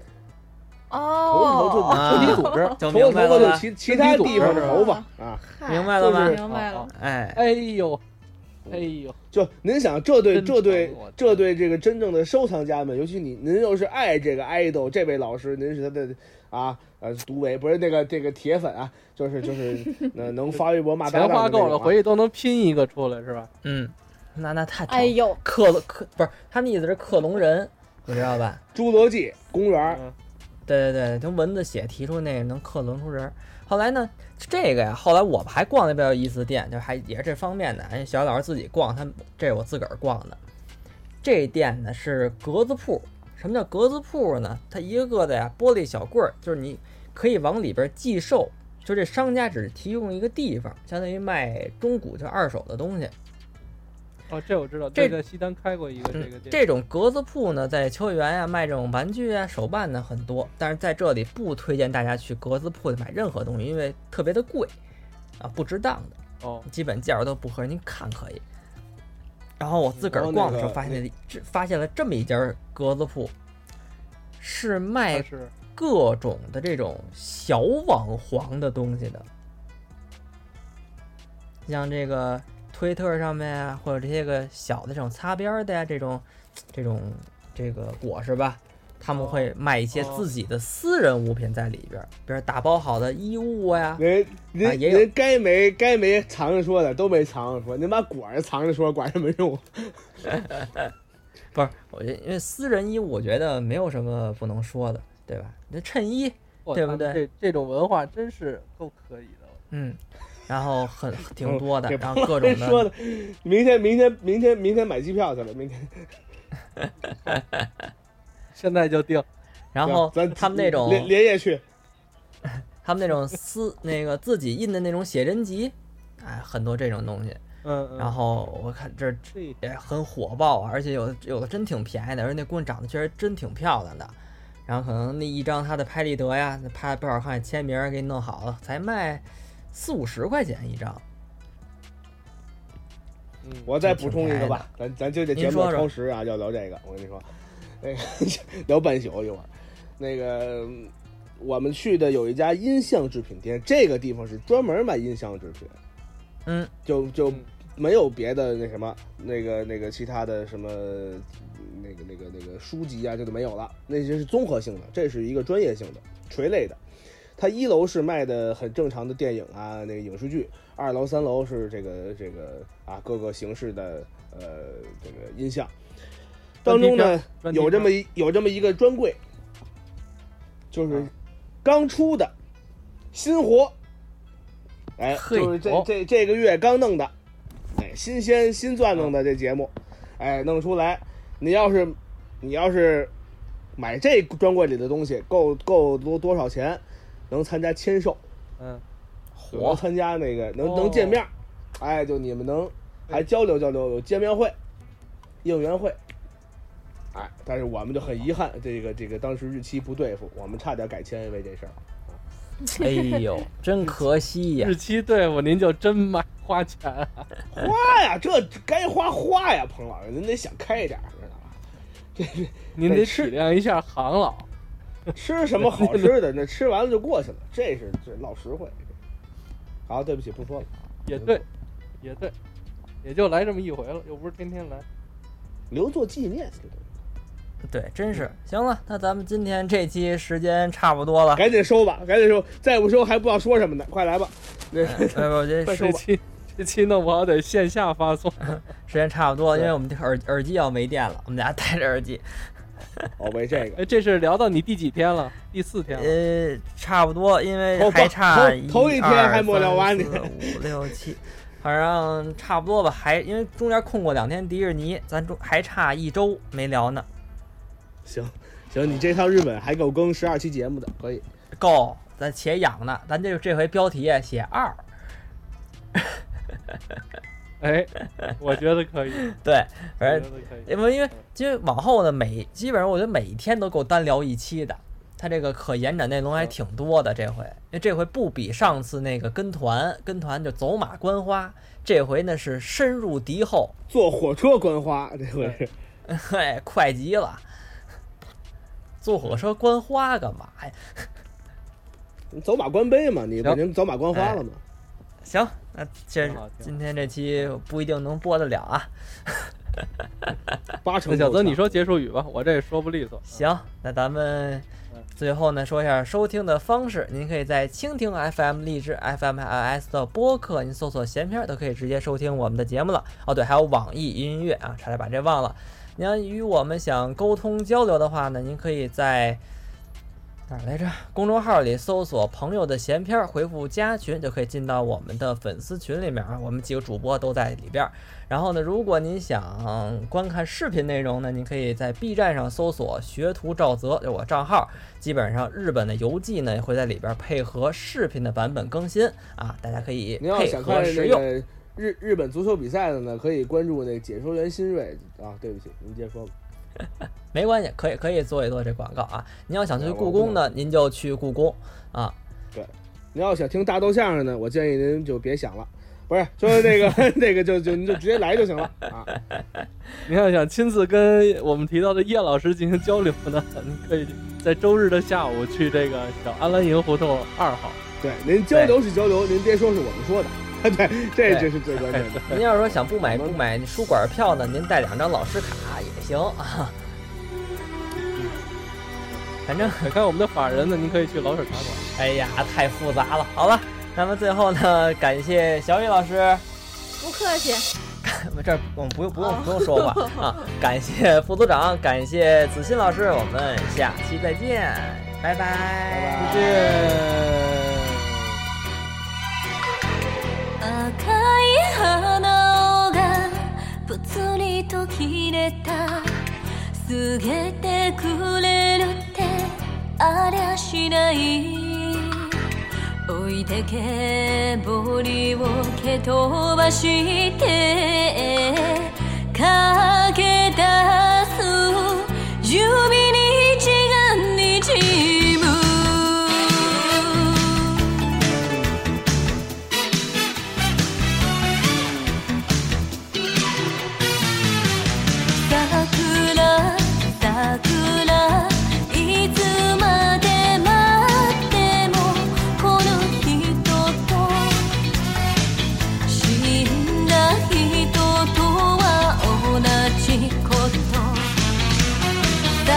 头哦，啊头就头皮组织，就嗯除了明头白发了就吧？其其他地方的头发啊，嗨明白了就是吗？明白了哦。哎，哎呦，嗯哎呦，就您想，这对真这对疼我这对这个真正的收藏家们，尤其你您又是爱这个爱豆，这位老师，您是他的啊呃独唯，不是那个这个铁粉啊，就是就是 (laughs) 能能发微博骂钱搭档花的那够种了，啊回去都能拼一个出来是吧？嗯，那那太哎疼了。呦，克隆克不是他们意思是克隆人，你知道吧？侏罗纪公啊园，嗯，对对对，从蚊子血提出那个能克隆出人儿。后来呢，这个呀，后来我们还逛那边有意思店，就还也是这方面的。哎，小老师自己逛，他们这是我自个儿逛的。这店呢是格子铺，什么叫格子铺呢？它一个个的呀，玻璃小柜儿，就是你可以往里边寄售，就这商家只提供一个地方，相当于卖中古就二手的东西。哦，这我知道，对这嗯在西单开过一个这个店，这种格子铺呢，在秋园呀、卖这种玩具啊、手办呢很多，但是在这里不推荐大家去格子铺里买任何东西，因为特别的贵啊，不值当的，哦，基本价格都不合适。您看可以。然后我自个儿然后那逛的时候个发现了一，这发现了这么一家格子铺，是它啊卖是各种的这种小网黄的东西的，像这个推特上面啊，或者这些个小的这种擦边儿的呀、这种这种这个果实吧，他们会卖一些哦自己的私人物品在里边儿，比如打包好的衣物呀、人啊人也有人该没该没藏着说的都没藏着说，您把管儿藏着说，管儿没用。不是，我觉得因为私人衣物，我觉得没有什么不能说的，对吧？那衬衣，哇对不他们对这这种文化真是够可以的。嗯，然后很挺多 (laughs) 的，给然庞后各种老师说的的，明天明天明天明天买机票去了，明天。现在就定，然后咱他们那种连连夜去，他们那种私那个自己印的那种写真集，哎，很多这种东西。嗯，嗯然后我看这这也很火爆啊，而且有的有的真挺便宜的，而且那姑娘长得确实真挺漂亮的。然后可能那一张她的拍立得呀，那拍不好看，签名儿给你弄好了，才卖四五十块钱一张。嗯，我再补充一个吧，咱咱就这节您目说说超时啊，要聊这个，我跟你说，那个聊半宿一会儿。那个嗯我们去的有一家音像制品店，这个地方是专门卖音像制品，嗯，就就嗯没有别的那什么那个那个其他的什么那个那个那个书籍啊，这就没有了，那些是综合性的，这是一个专业性的垂类的。它一楼是卖的很正常的电影啊，那个影视剧；二楼、三楼是这个这个啊各个形式的呃这个音像。当中呢，专题有这片么一有这么一个专柜，就是啊刚出的新活，哎，嘿就是这哦这这个月刚弄的，哎，新鲜新钻弄啊的这节目，哎，弄出来，你要是你要是买这专柜里的东西，够够多多少钱，能参加签售，嗯，能火参加那个能哦能见面儿，哎，就你们能哎还交流交流，有见面会、应援会。哎，但是我们就很遗憾，这个这个当时日期不对付，我们差点改签因为这事儿。哎 (laughs) 呦，真可惜呀日！期对付您就真买花钱啊，花呀，这该花花呀，彭老师，您得想开点儿，知道吧？您得得体吃谅一下行老。吃什么好吃的，那吃完了就过去了，这是这老实惠。好，对不起，不说了。也嗯对，也对，也就来这么一回了，又不是天天来。留作纪念。对，真是行了，那咱们今天这期时间差不多了。赶紧收吧，赶紧收，再不收还不知道说什么呢，快来 (laughs) 吧。那哎，不我觉得快时收这吧期这期弄不好得线下发 (laughs) 送。时间差不多，因对为我们这耳耳机要没电了，我们俩戴着耳机。哦，为这个哎，这是聊到你第几天了？第四天了。呃，差不多，因为头还差头头一天还没聊完呢五六七，反正差不多吧。还因为中间空过两天迪士尼，咱中还差一周没聊呢，行行，你这趟日本还够更十二期节目的，可以。够咱且养呢。咱这这回标题啊写二，哎，我觉得可以，对，我觉反正得可以。因为因为因为往后呢，每基本上我觉得每一天都够单聊一期的。它这个可延展内容还挺多的，这回，因为这回不比上次那个跟团，跟团就走马观花，这回呢是深入敌后，坐火车观花，这回是 (laughs) 嘿，快极了！坐火车观花干嘛呀？走马观碑嘛，你嗯行不您走马观花了嘛？行，那这挺好挺好今天这期不一定能播得了啊。八成够呛。哎那小泽，你说结束语吧，我这也说不利索。行，那咱们嗯最后呢说一下收听的方式，您可以在蜻蜓 FM、荔枝 FM、iOS 的播客，您搜索“闲篇”儿都可以直接收听我们的节目了。哦，对，还有网易云音乐啊，差点把这忘了。您要与我们想沟通交流的话呢，您可以在哪儿来着？公众号里搜索“朋友的闲篇”，儿”，回复“加群”就可以进到我们的粉丝群里面啊。我们几个主播都在里边儿。然后呢，如果您想嗯观看视频内容呢，您可以在 B 站上搜索“学徒赵泽”，就是我账号。基本上日本的游记呢也会在里边配合视频的版本更新啊，大家可以您要配想合看使那用。个日日本足球比赛的呢，可以关注那解说员新锐啊。对不起，您接着说吧。没关系，可以可以做一做这广告啊。您要想去对我故不宫呢，您就去故宫啊。您要想听大豆相声呢，我建议您就别想了，不是，就是那 (laughs) 个那个就就您就直接来就行了啊。您要想亲自跟我们提到的叶老师进行交流呢， (laughs) 您可以在周日的下午去这个小安澜营胡同二号。对，您交流是交流，您别说是我们说的， (laughs) 对，这这是最关键的。 (laughs) 您要是说想不买不买书馆票呢，您带两张老师卡也行 (laughs) 啊。反正，看我们的法人呢，您可以去老舍茶馆。哎呀，太复杂了。好吧，那么最后呢，感谢小雨老师，不客气，这儿我们不用不用不用说话哦啊，感谢副组长，感谢子欣老师，我们下期再见，拜拜，拜再见。赤い花がぷつりと切れた告げてくれるってありゃしない置いてけぼりを蹴飛ばして駆け出す準備に一眼にむ桜桜いつまで待ってもこの人と死んだ人とは同じこと桜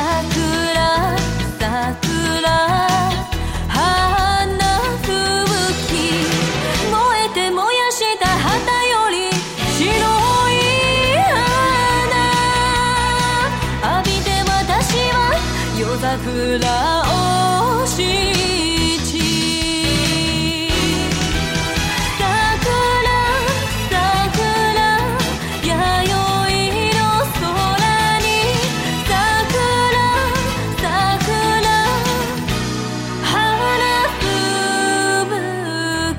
桜花吹雪燃えて燃やした旗より白い花浴びて私は夜桜を知ち桜桜弥生の空に桜桜花吹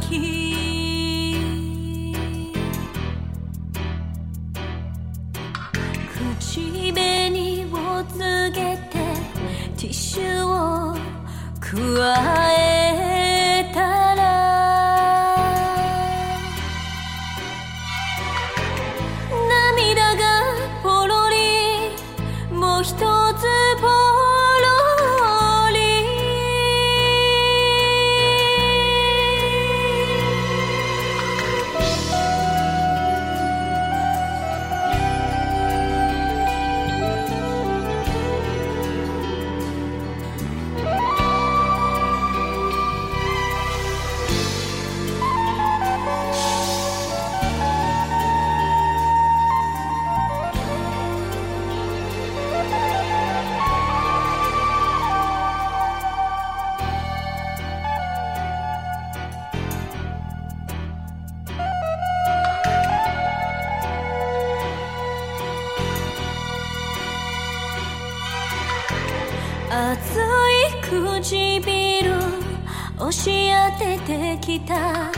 雪口紅をつけてティッシュを加えたら涙がポロリもう一つポロリ「熱い唇押し当ててきた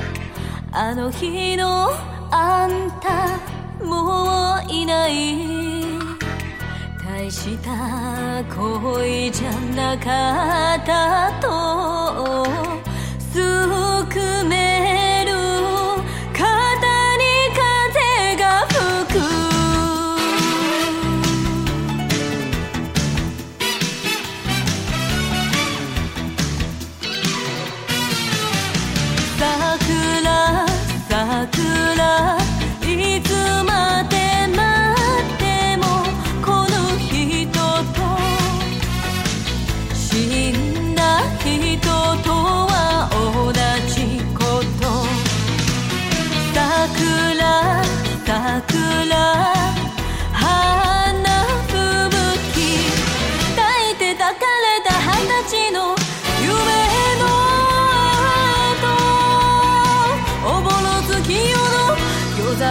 あの日のあんたもういない大した恋じゃなかったとすくめる肩に風が吹く桜桜いつまで待ってもこの人と死んだ人とは同じこと桜桜花吹雪抱いて抱かれた二十歳の夢の後おぼろ月夜の夜桜